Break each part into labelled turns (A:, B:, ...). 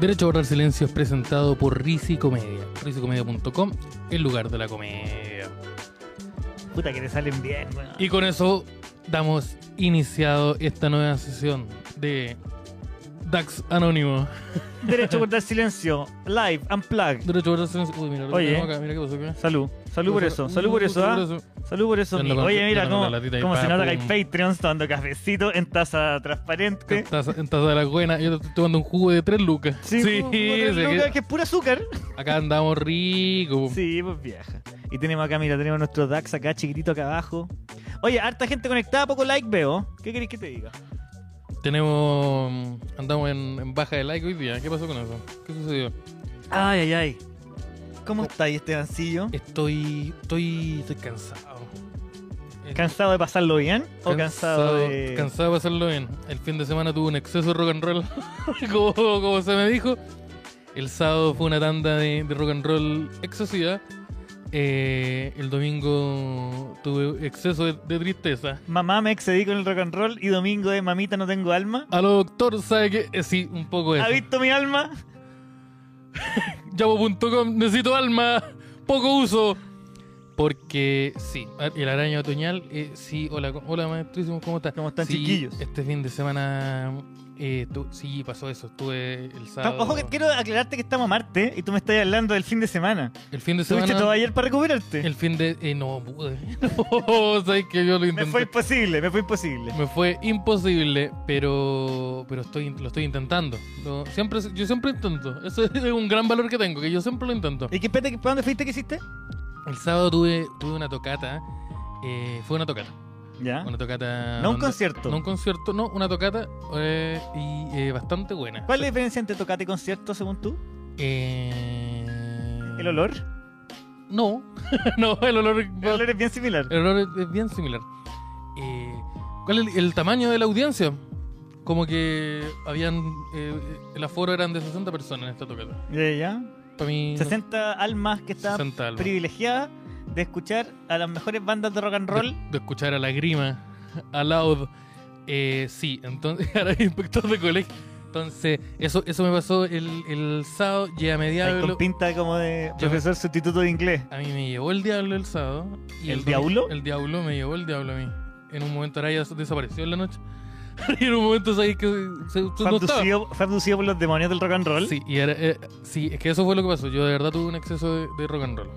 A: Derecho a Borrar Silencio es presentado por Risi Comedia. Risicomedia.com, el lugar de la comedia.
B: Puta que te salen bien, weón.
A: Y con eso damos iniciado esta nueva sesión de DAX Anónimo.
B: Derecho a guardar silencio. Live, unplug.
A: Derecho a Borrar Silencio. Uy, mira, lo que
B: Oye.
A: tenemos acá, mira qué pasó acá.
B: Salud. Salud por eso. Salud por eso, ¿ah? Salud por eso.
A: Ando
B: mi-
A: con-
B: Oye, mira
A: ando con
B: cómo,
A: la latita ahí,
B: cómo se
A: pa,
B: nota que hay
A: pum.
B: Patreons tomando cafecito en taza transparente.
A: Taza, en taza de la buena, yo te estoy tomando un jugo de 3 lucas.
B: como- como tres
A: sí,
B: lucas, que es pura azúcar.
A: acá andamos rico.
B: Sí, pues viaja. Y tenemos acá, mira, tenemos nuestro DAX acá chiquitito acá abajo. Oye, harta gente conectada, poco like veo. ¿Qué queréis que te diga?
A: Tenemos. mm, Andamos en, en baja de like hoy día. ¿Qué pasó con eso? ¿Qué sucedió?
B: Ay, ay, ay. ¿Cómo estáis, Estebancillo?
A: Estoy. Estoy. Estoy cansado. Eh,
B: ¿Cansado de pasarlo bien? ¿O cansado de.?
A: Cansado de pasarlo bien. El fin de semana tuve un exceso de rock and roll, como, como se me dijo. El sábado fue una tanda de, de rock and roll excesiva. Eh, el domingo tuve exceso de, de tristeza.
B: Mamá me excedí con el rock and roll y domingo de mamita no tengo alma.
A: A lo doctor, sabe que eh, sí, un poco eso.
B: ¿Ha visto mi alma?
A: Llamo.com, necesito alma, poco uso. Porque sí, a- el araña otoñal, eh, sí, hola, co- hola maestrísimo, ¿cómo estás?
B: ¿Cómo están,
A: Sí,
B: chiquillos?
A: Este fin de semana, eh, tu- sí, pasó eso, estuve el sábado.
B: Ah, Ojo, que quiero aclararte que estamos a Marte y tú me estás hablando del fin de semana.
A: El fin de
B: Tuviste todo
A: semana,
B: ayer para recuperarte.
A: el fin de... eh, no pude, no, sabes que yo lo
B: Me
A: intenté.
B: fue imposible, me fue imposible.
A: Me fue imposible, pero pero estoy lo estoy intentando. Lo- siempre Yo siempre intento. Eso es un gran valor que tengo, que yo siempre lo intento.
B: ¿Y qué espérate, ¿para dónde fuiste que hiciste?
A: El sábado tuve, tuve una tocata. eh, fue una tocata.
B: Ya.
A: Una tocata.
B: ¿Ah? No un
A: onda-
B: concierto.
A: No un concierto, no, una tocata. eh, y eh, bastante buena.
B: ¿Cuál es la diferencia entre tocate y concierto según tú?
A: Eh,
B: ¿El olor?
A: No, no, el olor.
B: El olor es bien similar.
A: el olor es- es bien similar. Eh, ¿Cuál es el, el tamaño de la audiencia? Como que habían. eh, el aforo eran de 60 personas en esta tocata.
B: Ya, ya.
A: Para mí.
B: 60 almas que están
A: 60 almas.
B: privilegiadas de escuchar a las mejores bandas de rock and roll.
A: de, de escuchar a la grima, a Loud. Eh, sí, entonces, ahora inspector de colegio. Entonces, eso, eso me pasó el, el sábado, llegué a mi
B: Ahí
A: diablo.
B: con pinta como de
A: Yo-
B: profesor sustituto de inglés.
A: A mí me llevó el diablo el sábado. domingo-
B: ¿El diablo?
A: El diablo me llevó el diablo a mí. En un momento ahora ya desapareció en la noche. y en un momento sabéis que se, se-
B: Fue
A: no estaba.
B: abducido, fue abducido por los demonios del rock and roll.
A: Sí, y era- eh, sí, es que eso fue lo que pasó. Yo de verdad tuve un exceso de, de rock and roll.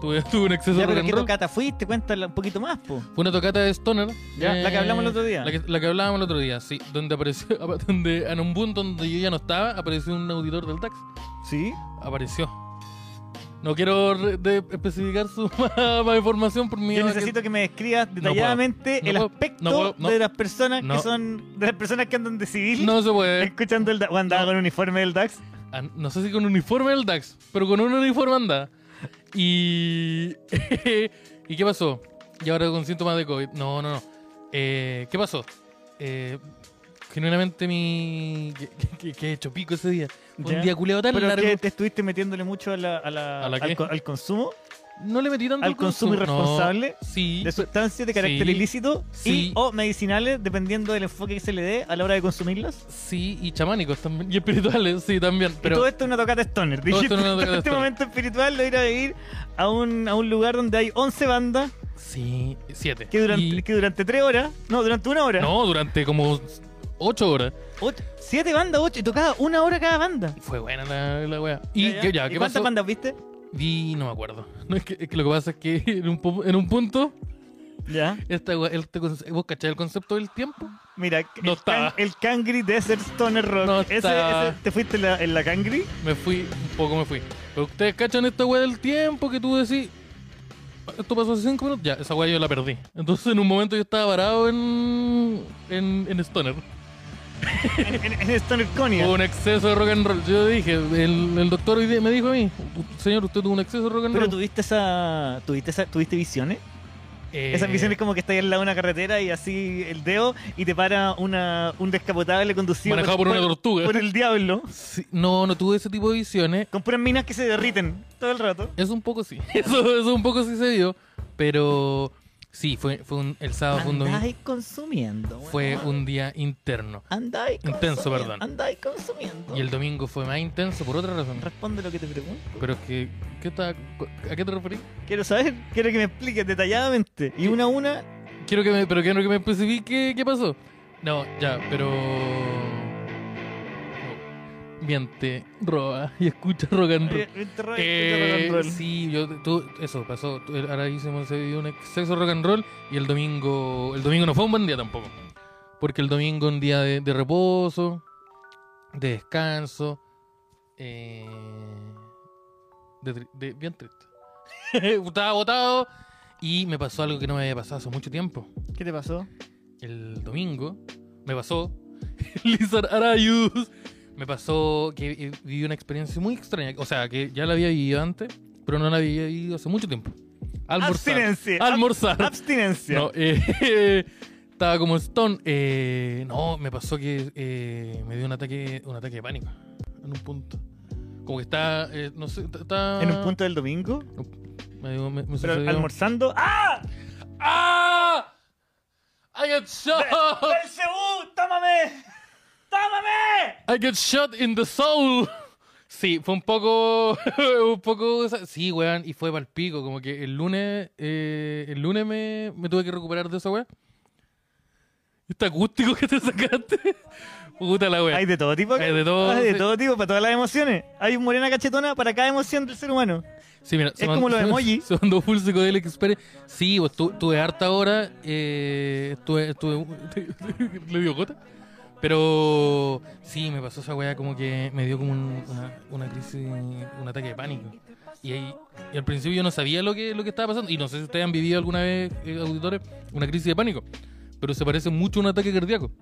A: Tuve, tuve un exceso de
B: Ya,
A: rock
B: pero
A: and
B: ¿qué
A: roll.
B: tocata fuiste? Cuéntala un poquito más, po.
A: Fue una tocata de Stoner.
B: Ya, la que hablamos el otro día.
A: La que, la que hablábamos el otro día, sí. Donde apareció, donde, en un boom donde yo ya no estaba, apareció un auditor del DAX.
B: Sí.
A: Apareció. No quiero re- de- especificar su más, más información por mi.
B: Yo necesito que... me describas detalladamente
A: puedo. No
B: el
A: puedo.
B: aspecto
A: No puedo. No.
B: de las personas
A: No.
B: que son de las personas que andan de civil
A: No se puede.
B: escuchando el DAX o andaba
A: No.
B: con uniforme del DAX.
A: Ah, No sé si con uniforme del DAX, pero con un uniforme anda. Y. ¿Y qué pasó? Y ahora con síntomas de COVID. No, no, no. Eh, ¿Qué pasó? Eh, genuinamente mi. que- que- Que que he hecho pico ese día. Fue
B: Ya.
A: Un día culeado tan
B: Pero
A: largo.
B: que te estuviste metiéndole mucho a la- a la-
A: ¿A la qué?
B: al, co- al consumo,
A: No le metí tanto
B: al consumo irresponsable.
A: No, sí.
B: De sustancias de carácter
A: Sí.
B: ilícito
A: Sí.
B: y o medicinales, dependiendo del enfoque que se le dé a la hora de consumirlas.
A: Sí, y chamánicos también. Y espirituales, sí, también.
B: y todo
A: Pero
B: esto es una tocata stoner.
A: esto
B: Dijiste,
A: es una tocata
B: todo este
A: stoner.
B: momento espiritual lo ir a vivir a un, a un lugar donde hay 11 bandas
A: sí, siete.
B: que durante,
A: Y-
B: que durante 3 horas, no, durante una hora,
A: No, durante como ocho horas.
B: ocho- siete bandas, ocho, y tocaba una hora cada banda.
A: Fue buena la, la wea. Y
B: Ya,
A: que-
B: ya.
A: ya,
B: ¿Y
A: ¿qué
B: cuántas
A: pasó?
B: bandas viste?
A: Vi, no me acuerdo. No, es, que, es que lo que pasa es que en un, pu- en un punto,
B: Ya.
A: esta wea- este conce- ¿vos cachai el concepto del tiempo?
B: Mira,
A: No
B: el, can-
A: estaba.
B: el Cangri Desert Stoner Rock.
A: No
B: ese,
A: estaba.
B: ese- ¿Te fuiste en la, en la Cangri?
A: Me fui, un poco me fui. Pero ustedes cachan esta wea del tiempo que tú decís. Esto pasó hace cinco minutos, ya, esa wea yo la perdí. Entonces en un momento yo estaba varado en. en, en Stoner.
B: En, en, en Stoner Conia.
A: Hubo un exceso de rock and roll. Yo dije, el, el doctor hoy día me dijo a mí, señor, usted tuvo un exceso de rock and
B: Pero
A: roll.
B: tuviste esa, tuviste esa. ¿Tuviste visiones?
A: Eh,
B: Esas misiones como que estás al lado de una carretera y así el dedo y te para una, un descapotable conducido
A: Eh, Manejado por una tortuga.
B: por el diablo.
A: sí, no, no tuve ese tipo de visiones.
B: Con puras minas que se derriten todo el rato.
A: Es un poco sí. Eso, eso un poco sí se dio. Pero sí, fue, fue un, el sábado fue un domingo.
B: Andáis consumiendo. weón.
A: Fue un día interno.
B: Andáis
A: Intenso,
B: consumiendo,
A: perdón.
B: Andáis consumiendo.
A: Y el domingo fue más intenso por otra razón.
B: Responde lo que te pregunto.
A: Pero es que, ¿qué está, ¿a qué te referís?
B: Quiero saber, quiero que me expliques detalladamente. Y una a
A: Eh,
B: una,
A: Quiero que me, pero quiero que me especifique qué pasó. No, ya, pero. Miente, roba y escucha rock and roll.
B: eh, te robo-
A: Eh,
B: te robo el rol.
A: sí, yo tú- eso pasó. Tú- eh, Ahora hicimos ese video, un ex- sexo rock and roll y el domingo, el domingo no fue un buen día tampoco, porque el domingo un día de, de reposo, de descanso, eh, de tri- de- bien triste. Estaba agotado y me pasó algo que no me había pasado hace mucho tiempo.
B: ¿Qué te pasó?
A: El domingo me pasó Lizard Arayus. Me pasó que eh, viví una experiencia muy extraña. O sea, que ya la había vivido antes, pero no la había vivido hace mucho tiempo. Almorzar.
B: Abstinencia. ab-
A: Almorzar.
B: Abstinencia.
A: No, eh, estaba como Stone. Eh, no, me pasó que eh, me dio un ataque, un ataque de pánico. En un punto. Como que está. eh, no sé, está- está.
B: En un punto del domingo,
A: Me, dio- me- me
B: pero
A: sucedió-
B: almorzando. ¡Ah!
A: ¡Ah! I got shot!
B: ¡Belcebú! ¡Tómame! ¡Tómame!
A: I get shot in the soul. Sí, fue un poco. un poco. esa- Sí, weón, y fue pal pico. Como que el lunes. eh, el lunes me, me tuve que recuperar de esa weá. Este acústico que te sacaste. Puta la weá.
B: Hay de todo tipo. acá.
A: Pues, Hay de todo,
B: Hay de
A: sí.
B: todo tipo, para todas las emociones. Hay un morena cachetona para cada emoción del ser humano.
A: Sí, mira, se
B: Es
A: mandó-
B: como los
A: se-
B: emoji.
A: Se mandó full psicodélico experience. Sí, pues tu, tuve harta hora. Eh, estuve, estuve- le dio gota. Pero sí, me pasó esa weá como que me dio como un- una, una crisis, un ataque de pánico. Y, ahí, y al principio yo no sabía lo que, lo que estaba pasando. Y no sé si ustedes han vivido alguna vez, eh, auditores, una crisis de pánico. Pero se parece mucho a un ataque cardíaco.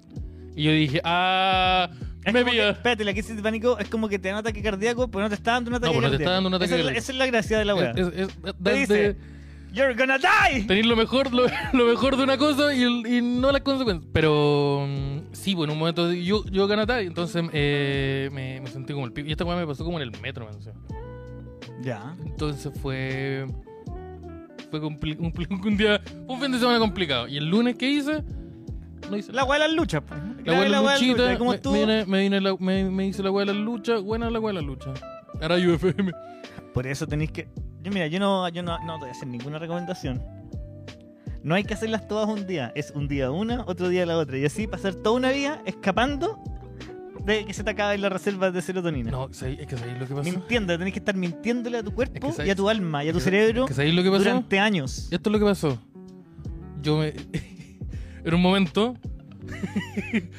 A: Y yo dije, ah, me
B: Es como que-
A: pilla.
B: espérate, la crisis de pánico es como que te da un ataque cardíaco, pero no te está dando un ataque
A: pues no te
B: cardíaco.
A: está dando un ataque
B: esa, es la,
A: cardíaco.
B: esa es la gracia de la weá.
A: Es- es- es-
B: Te dice, ¡You're gonna die!
A: tener lo mejor, lo, lo mejor de una cosa y, el- y no las consecuencias. Pero mm, sí, bueno, en un momento yo, yo gané tal, entonces eh, me, me sentí como el pico. Y esta weá me pasó como en el metro, man, o sea.
B: Ya.
A: Entonces fue. Fue compli- un, pli- un día. fue Un fin de semana complicado. Y el lunes, ¿qué hice? No hice
B: La
A: nada.
B: weá de las luchas. po.
A: La weá de las
B: weá de las
A: luchitas,
B: luchas, ¿Cómo
A: me-
B: estuvo?
A: Me, vine- me, vine la- me, me hice la weá de las luchas. Buena la weá de las luchas. Ahora UFM.
B: Por eso tenéis que. Yo, mira, yo no, yo no, no te voy a hacer ninguna recomendación. No hay que hacerlas todas un día. Es un día una, otro día la otra. Y así pasar toda una vida escapando de que se te acaben las reservas de serotonina.
A: No, ¿sabéis- es que sabéis lo que pasó.
B: Mintiendo, tenés que estar mintiéndole a tu
A: Es
B: cuerpo
A: que sabes-
B: y a tu alma y a tu cerebro
A: ¿Que ¿Sabéis lo que pasó?
B: durante años.
A: Esto es lo que pasó. Yo me. en un momento.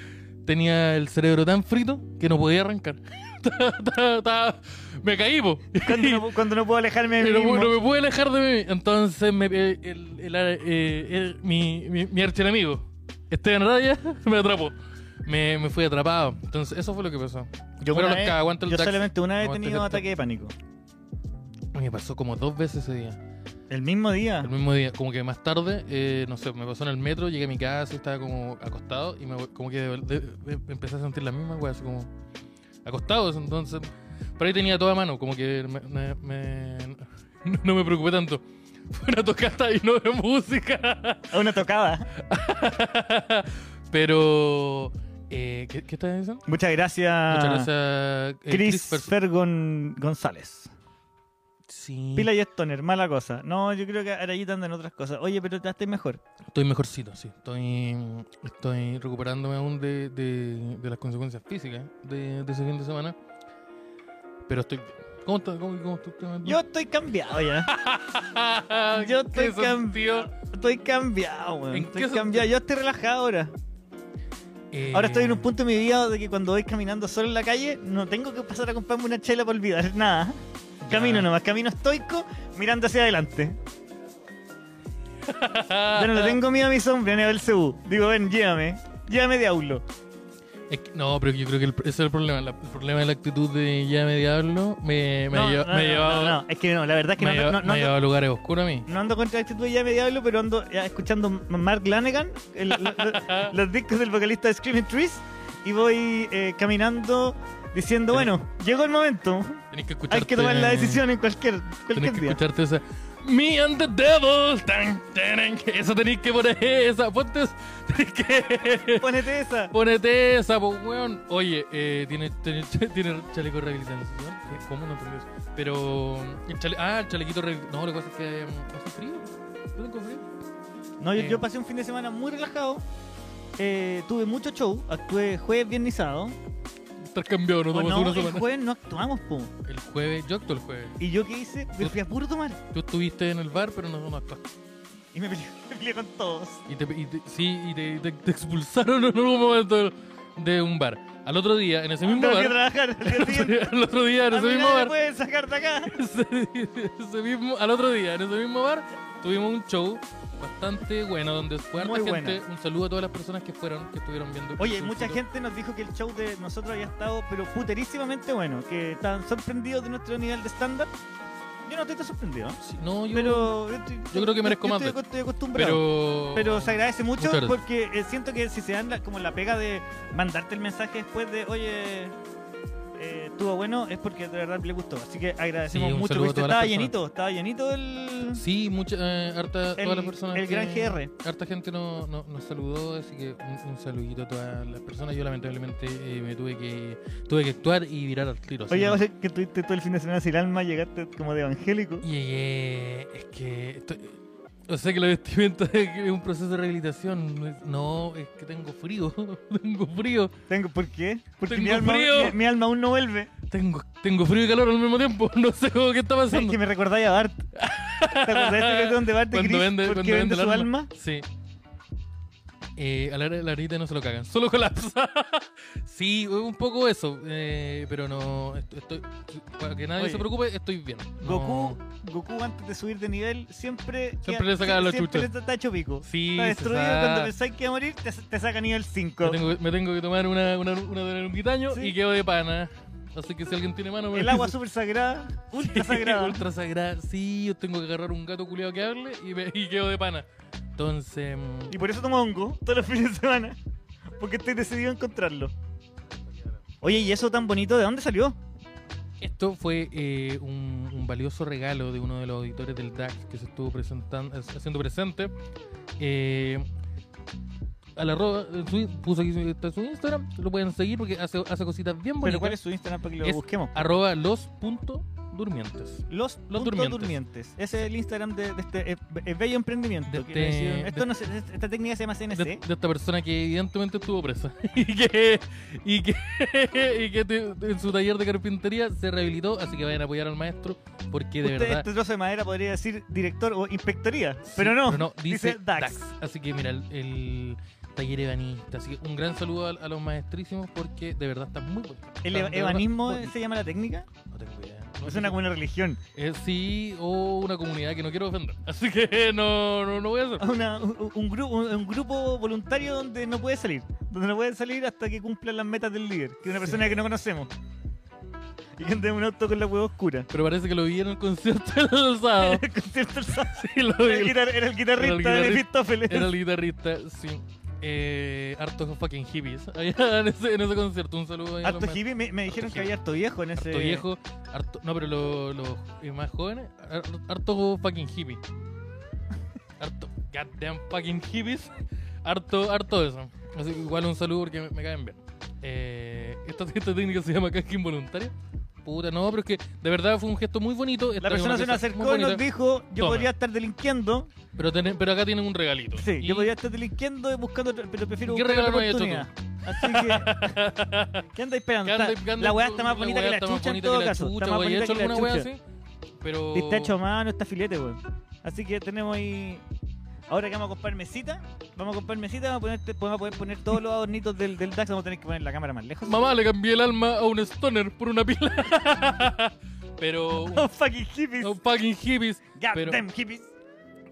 A: tenía el cerebro tan frito que no podía arrancar. Estaba- estaba- estaba- me caí, po.
B: Cuando no, cuando no puedo alejarme de mí
A: Pero
B: mismo.
A: no me pude alejar de mí. Entonces, me- eh, el- el- eh, eh, mi, mi, mi archienemigo, Esteban Raya, me atrapó. Me, me fui atrapado. Entonces, eso fue lo que pasó.
B: yo
A: Fueron
B: una
A: los
B: vez-
A: que aguantan el
B: yo
A: taxi.
B: solamente una vez he
A: Aguanta el
B: tenido
A: taxi.
B: ataque de pánico.
A: Me pasó como dos veces ese día.
B: El mismo día.
A: El mismo día, como que más tarde, eh, no sé, me pasó en el metro, llegué a mi casa, estaba como acostado y me, como que de- de- de- empecé a sentir las mismas weas, así como acostados, entonces. Pero ahí tenía toda mano, como que me- me- me- no- no me preocupé tanto. Fue una tocata y no de música.
B: A una tocada.
A: Pero, eh, ¿qué, ¿qué estás diciendo?
B: Muchas gracias.
A: Muchas gracias, eh,
B: Ah, Chris
A: Chris Fer-
B: Fergon González.
A: Sí,
B: Pila y Stoner, mala cosa. No, yo creo que Arayita anda en otras cosas. Oye, pero te estás mejor.
A: estoy mejorcito, sí. Estoy, estoy recuperándome aún de, de- de las consecuencias físicas de, de ese fin de semana. Pero estoy... ¿Cómo estás? ¿Cómo, cómo estás?
B: Yo estoy cambiado ya. yo estoy
A: ¿Qué sentido?
B: Estoy cambiado, weón.
A: ¿En qué
B: Estoy
A: sentido?
B: cambiado. Yo estoy relajado ahora.
A: Eh,
B: Ahora estoy en un punto de mi vida de que cuando voy caminando solo en la calle, no tengo que pasar a comprarme una chela para olvidar nada.
A: ya.
B: Camino nomás, camino estoico, mirando hacia adelante. Ya no le tengo miedo a mi sombra ni a Belcebú. Digo, ven, llévame. Llévame, diablo.
A: Es que- no, pero yo creo que el- ese es el problema. la- el problema de la actitud de ya me diablo me, me ha
B: No,
A: lleva-
B: no,
A: me ha
B: no,
A: llevado,
B: no, no, es que no, la verdad es que
A: me ha
B: no,
A: lleva-
B: no, no,
A: me ha llevado a lugares oscuros a mí.
B: no ando contra la actitud de ya me diablo, pero ando ya escuchando a Mark Lanegan, el- lo- lo- los discos del vocalista de Screaming Trees, y voy eh, caminando diciendo,
A: Tenés-
B: bueno, llegó el momento,
A: Tenés que escucharte.
B: hay que tomar la decisión en cualquier,
A: Tenés
B: cualquier
A: que
B: día.
A: escucharte esa. Me and the devil. Tan, taran. Esa tenés que poner esa. Ponte esa. Tenés que.
B: Ponete esa.
A: Ponete esa, po, weón. Oye, eh, tiene, tiene, tiene chaleco de rehabilitación. ¿Qué? ¿Cómo no entendí eso? Pero. El chale- ah, el chalequito de No, lo que pasa es que. mm, Hace frío. Yo tengo frío.
B: No, yo,
A: Eh.
B: yo pasé un fin de semana muy relajado. Eh, tuve mucho show, actué jueves, viernes y sábado.
A: Estás cambiado, no
B: O
A: tomas
B: Oh, no,
A: una
B: el
A: semana.
B: jueves no actuamos, po.
A: El jueves, yo actúo el jueves.
B: Y yo qué hice, me fui a puro tomar.
A: Tú estuviste en el bar, pero no, no actuaste.
B: Y me peleé, me peleé con todos.
A: Y te, y te- sí, y te, te- te expulsaron en algún momento del- de un bar. Al otro día, en ese mismo
B: Tengo que
A: bar.
B: trabajar al día siguiente.
A: Al otro día, en
B: A
A: ese
B: mí
A: mismo
B: nadie me
A: bar.
B: puede sacar de acá.
A: ese, ese mismo, al otro día, en ese mismo bar, tuvimos un show bastante bueno donde fue harta
B: Muy
A: gente.
B: bueno.
A: Un saludo a todas las personas que fueron, que estuvieron viendo.
B: Oye,
A: Un
B: mucha
A: saludo.
B: gente nos dijo que el show de nosotros había estado, pero puterísimamente bueno, que estaban sorprendidos de nuestro nivel de estándar. Yo no estoy tan sorprendido, ¿eh?
A: Sí, no, yo,
B: pero yo, estoy-
A: yo creo que merezco más
B: Estoy,
A: de
B: estoy acostumbrado.
A: pero,
B: Pero se agradece mucho
A: Muchas gracias.
B: porque eh, siento que si se dan la- como la pega de mandarte el mensaje después de, oye, eh, estuvo bueno, es porque de verdad le gustó. Así que agradecemos
A: Sí, un
B: mucho.
A: saludo a
B: porque
A: todas las
B: estaba
A: personas.
B: llenito, estaba llenito el...
A: Sí, mucha, eh, harta,
B: El-
A: todas las personas.
B: el gran
A: que-
B: GR.
A: Harta gente no- no- nos saludó, así que un, un saludito a todas las personas. Yo lamentablemente eh, me tuve que tuve que actuar y virar al tiro. así
B: Oye,
A: que-
B: ahora que tuviste todo el fin de semana sin alma, llegaste como de evangélico.
A: Llegué, es que... estoy- o sea que la vestimenta es un proceso de rehabilitación. No, es que tengo frío. Tengo frío.
B: Tengo, ¿Por qué? Porque
A: Tengo
B: mi, alma,
A: frío.
B: mi- mi alma aún no vuelve.
A: Tengo, tengo frío y calor al mismo tiempo. No sé cómo qué está
B: Es
A: pasando.
B: que me recordáis a Bart. ¿Te acordás de ese video donde Bart es
A: Cuando
B: gris
A: vende,
B: porque
A: cuando vende
B: vende
A: el
B: su
A: alma.
B: alma?
A: Sí. Eh, a la, la Rita no se lo cagan. Solo colapsa. sí, un poco eso. eh, pero no... est- Estoy, para que nadie
B: Oye.
A: se preocupe, estoy bien. No-
B: Goku, Goku antes de subir de nivel siempre...
A: Siempre le sacaba la
B: siempre
A: chucha.
B: le está hecho pico.
A: Sí,
B: Está
A: se
B: destruido
A: sabe.
B: cuando pensáis que va a morir, te, te saca nivel 5.
A: Me tengo, me tengo que tomar una, una, una de ermitaño
B: Sí.
A: y quedo de pana. Así que si alguien tiene mano... me
B: El
A: avisa.
B: agua super sagrada, ultra sagrada.
A: Ultra sagrada. Sí, yo tengo que agarrar un gato culiado que hable y, me- y quedo de pana. Entonces... mm,
B: Y por eso tomo hongo todos los fines de semana. Porque estoy decidido a encontrarlo. Oye, ¿y eso tan bonito de dónde salió?
A: Esto fue eh, un, un valioso regalo de uno de los auditores del DAX que se estuvo presentando, haciendo presente. Eh, a la arroba, eh, su- puso aquí su, está su Instagram, lo pueden seguir porque hace, hace cositas bien bonitas.
B: Pero ¿cuál es su Instagram para que lo
A: Es-
B: busquemos?
A: Arroba los punto durmientes.
B: Los,
A: Los
B: punto
A: Durmientes.
B: durmientes. Ese es el Instagram de, de este eh, be- bello emprendimiento.
A: De
B: que
A: este-
B: hicieron. Esto
A: de-
B: no se- esta técnica se llama CNC.
A: De, de esta persona que evidentemente estuvo presa y que, y que, y que te- en su taller de carpintería se rehabilitó, así que vayan a apoyar al maestro porque de
B: Usted,
A: verdad...
B: este trozo de madera podría decir director o inspectoría,
A: Sí,
B: pero no.
A: dice,
B: dice Dax.
A: Dax. Así que mira, el, el taller ebanista. Así que un gran saludo a, a los maestrísimos porque de verdad están muy buenos.
B: ¿El
A: Están de
B: evanismo
A: verdad muy-
B: se llama la técnica?
A: No tengo idea.
B: Es una, como una religión.
A: Eh, sí, o una comunidad que no quiero ofender. Así que no, no, no voy a hacer.
B: Una- un, un gru- un- un grupo voluntario donde no puede salir. Donde no puede salir hasta que cumplan las metas del líder, que es una persona que no conocemos. Y que anda en un auto con la hueva oscura.
A: Pero parece que lo vi en el concierto del sábado.
B: El concierto del sábado.
A: Sí, lo
B: Era el,
A: vi.
B: guitar- era el guitarrista
A: guitarri-
B: de Mephistófeles.
A: Era el guitarrista, sí. Eh, hartos fucking hippies. Había en ese, en ese concierto. Un saludo ahí a los
B: Harto
A: maestros.
B: hippie, me, me dijeron
A: Harto
B: que había harto viejo en ese.
A: Harto viejo, harto, no, pero los los, eh, más jóvenes, har- harto fucking hippie. Harto goddamn fucking hippies. Harto, harto de eso. Así que igual un saludo porque me, me caen bien. Eh, esta, esta técnica se llama casca involuntaria. Puta, no, pero es que de verdad fue un gesto muy bonito. Esta
B: La
A: es
B: persona
A: una
B: se nos
A: pieza muy
B: acercó y nos
A: bonita,
B: dijo: Yo
A: Toma.
B: podría estar delinquiendo.
A: pero, tenés- pero acá tienen un regalito.
B: Sí,
A: Y
B: yo podría estar delinquiendo y buscando, otro- pero prefiero
A: ¿Qué
B: buscar otra
A: regalo no has hecho tú?
B: oportunidad. Así que, ¿qué andáis esperando?
A: que anda-
B: Está-
A: que anda-
B: la weá está más bonita
A: weá
B: que la
A: está más
B: chucha en
A: bonita
B: todo
A: que la
B: caso.
A: chucha,
B: Está más
A: weá. ¿He
B: bonita
A: hecho
B: que la
A: alguna weá
B: chucha.
A: así? Pero...
B: Está hecho a mano, está filete, weón. Así que tenemos ahí. Ahora que vamos a comprar mesita, vamos a comprar mesita, vamos a, ponerte- vamos a poder poner todos los adornitos del, del DAX, vamos a tener que poner la cámara más lejos.
A: Mamá, le cambié el alma a un stoner por una pila. pero.
B: Oh, fucking hippies.
A: No fucking hippies.
B: God
A: pero-
B: damn hippies.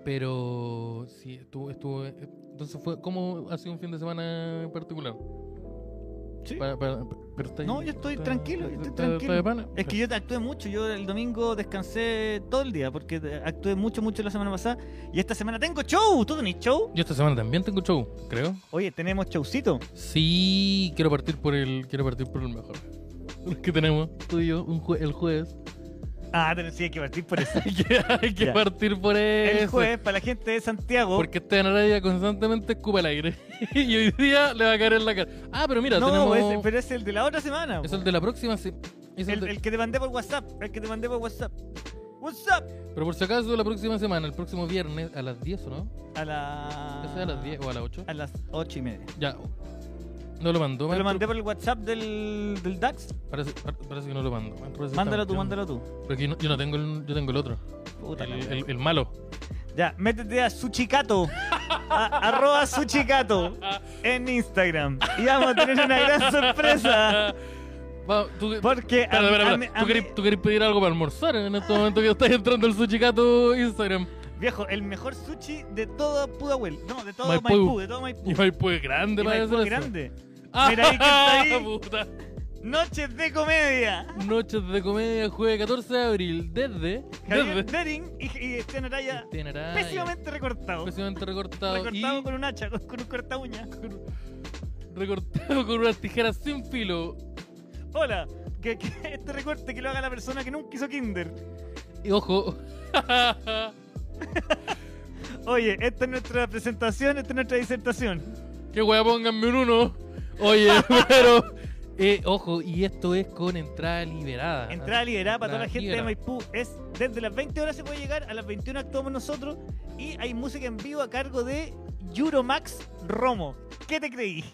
A: Pero. eh, Sí, estuvo. estuvo entonces, fue ¿cómo ha sido un fin de semana en particular?
B: Sí.
A: Para- para- pero está ahí-
B: No, yo estoy tranquilo, yo estoy
A: está- está de
B: tranquilo.
A: pana.
B: Es que yo actué mucho, yo el domingo descansé todo el día porque actué mucho, mucho la semana pasada y esta semana tengo show, ¿tú tenés show?
A: Yo esta semana también tengo show, creo.
B: Oye, tenemos showcito.
A: Sí, quiero partir por el, quiero partir por el mejor. El que tenemos, tú y yo, un jue- el jueves.
B: Ah, tenés sí, hay que partir por eso.
A: Hay que- Hay que
B: Ya.
A: partir por eso.
B: El jueves, para la gente de Santiago,
A: Porque este Araya constantemente escupa el aire. y hoy día le va a caer en la cara. Ah, pero mira,
B: no,
A: tenemos.
B: ese- pero es el de la otra semana.
A: Es el de la próxima. sí. Es el
B: El,
A: de-
B: el que te mandé por WhatsApp, el que te mandé por WhatsApp. WhatsApp.
A: Pero por si acaso, la próxima semana, el próximo viernes, a las 10 o no?
B: A las...
A: ¿Eso es a las 10 o a las 8?
B: A las ocho y media.
A: Ya. No lo mandó,
B: Te lo
A: maestro.
B: mandé por el WhatsApp del, del DAX.
A: Parece, par- parece que no lo mando. maestro, parece que
B: Mándalo
A: está
B: tú,
A: mintiendo.
B: mándalo tú.
A: Porque yo no, yo no tengo el, yo tengo el otro.
B: Puta
A: El,
B: la wea.
A: el- el malo.
B: Ya, métete a Suchicato. a- arroba Suchicato en Instagram. Y vamos a tener una gran sorpresa.
A: Va, tú,
B: Porque. a-
A: espera, espera,
B: a
A: espera.
B: mi- a
A: ¿Tú,
B: mi-
A: querés, tú querés pedir algo para almorzar en este momento que estás entrando el sushi gato Instagram.
B: Viejo, el mejor sushi de todo Pudahuel. No, de todo
A: Maipú.
B: Maipú, de todo Maipú.
A: Y va pues grande
B: Y
A: para
B: Maipú
A: hacer eso.
B: grande.
A: Ah,
B: Mira ahí que está ahí.
A: puta.
B: Noches de comedia.
A: Noches de comedia, jueves 14 de abril, desde.
B: Javier
A: Desde.
B: Dering y, y Esteban Araya,
A: Tiene nada, pues. Ah, ya.
B: pésimamente recortado.
A: Pésimamente recortado.
B: Recortado
A: y
B: con un hacha, con, con un corta uña.
A: recortado con unas tijeras sin filo.
B: Hola, que, que este recorte que lo haga la persona que nunca hizo Kinder.
A: Y ojo.
B: Oye, esta es nuestra presentación, esta es nuestra disertación.
A: Qué wea, pónganme un uno. Oye, pero. eh, ojo, y esto es con entrada liberada.
B: Entrada liberada para toda la gente
A: Liberada.
B: de Maipú es desde las 20 horas se puede llegar, a las 21 actuamos nosotros y hay música en vivo a cargo de Euromax Romo. ¿Qué te creí?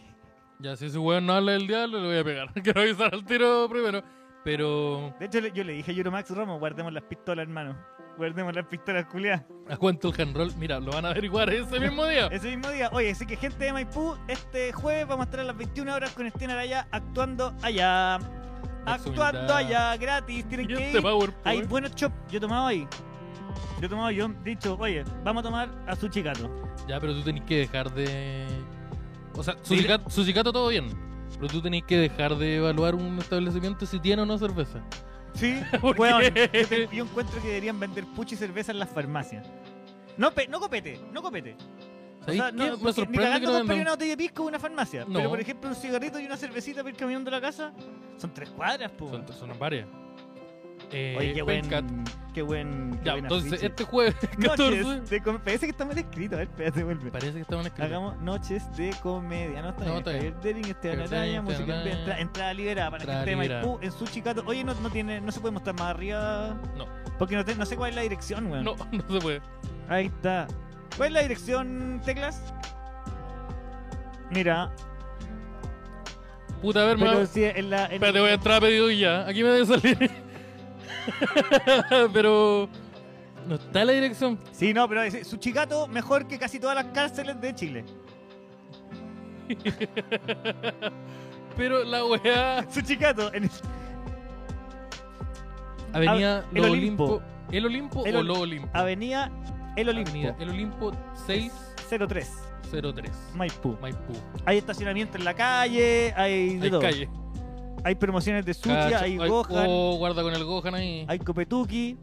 A: Ya, si ese weón no habla del diablo, le voy a pegar. Quiero avisar al tiro primero. Pero.
B: De hecho, le- yo le dije a Euromax Romo, guardemos las pistolas, hermano. Guardemos las pistolas, culiadas.
A: ¿A cuánto el hand roll? Mira, lo van a averiguar ese mismo día.
B: Ese mismo día. Oye, así que gente de Maipú, este jueves vamos a estar a las 21 horas con Esteban Araya actuando allá. Actuando
A: humildad.
B: allá, gratis, tienen
A: Y
B: que
A: este
B: ir.
A: PowerPoint.
B: Hay buenos chops, yo he tomado ahí. Yo he tomado, yo he dicho, oye, vamos a tomar a Sushi Gato.
A: Ya, pero tú tenés que dejar de. O sea, su
B: Dile-
A: cicato- su cicato todo bien. Pero tú tenés que dejar de evaluar un establecimiento si tiene o no cerveza.
B: Sí,
A: ¿Por
B: weón,
A: qué?
B: yo, te- yo encuentro que deberían vender puchi y cerveza en las farmacias. No, pe- no copete, no copete. O
A: ¿Sabéis
B: sea,
A: qué?
B: no,
A: Me
B: porque ni
A: sorprende que no
B: cagando compraría una
A: vendan.
B: botella de pisco en una farmacia.
A: No.
B: Pero, por ejemplo, un cigarrito y una cervecita para ir caminando a la casa son tres cuadras, po.
A: Son, son varias. Eh,
B: Oye, qué buen.
A: Pencat.
B: Qué buen. Qué
A: Ya,
B: buen
A: entonces
B: afiche.
A: este jueves 14.
B: Noches de com- Parece que está mal escrito. A ver, espérate, vuelve.
A: Parece que estaban escribiendo.
B: Hagamos noches de comedia. No está
A: No,
B: bien.
A: está bien.
B: Javier Dering, Esteban
A: Javier Dering,
B: Araya, música en
A: Esteban
B: vivo,
A: Araya.
B: entra- entrada liberada para
A: Entrada
B: la gente
A: liberada.
B: de Maipú en su chicato. Oye, no, no, tiene, no se puede mostrar más arriba.
A: No.
B: Porque no, te- no sé cuál es la dirección, weón.
A: No, no se puede.
B: Ahí está. ¿Cuál es la dirección, teclas? Mira,
A: Puta, a ver, me va-
B: pero si en la. en-
A: Espérate, voy a entrar a pedido y ya. Aquí me debe salir. Pero. No está la dirección.
B: Sí, no, pero es- su chicato mejor que casi todas las cárceles de Chile.
A: Pero la weá.
B: Su chicato en,
A: Avenida
B: el
A: Lo
B: Olimpo.
A: Ah, Olimpo. ¿El Olimpo
B: El
A: o
B: Ol-
A: Lo Olimpo?
B: Avenida El Olimpo,
A: Avenida El Olimpo 603.
B: 03, Maipú.
A: Maipú.
B: Hay estacionamiento en la calle, hay de
A: Hay
B: todo.
A: calle.
B: Hay promociones de sushi,
A: Cacho,
B: hay
A: ay,
B: Gohan,
A: Oh, guarda con el Gohan ahí.
B: hay copetuki.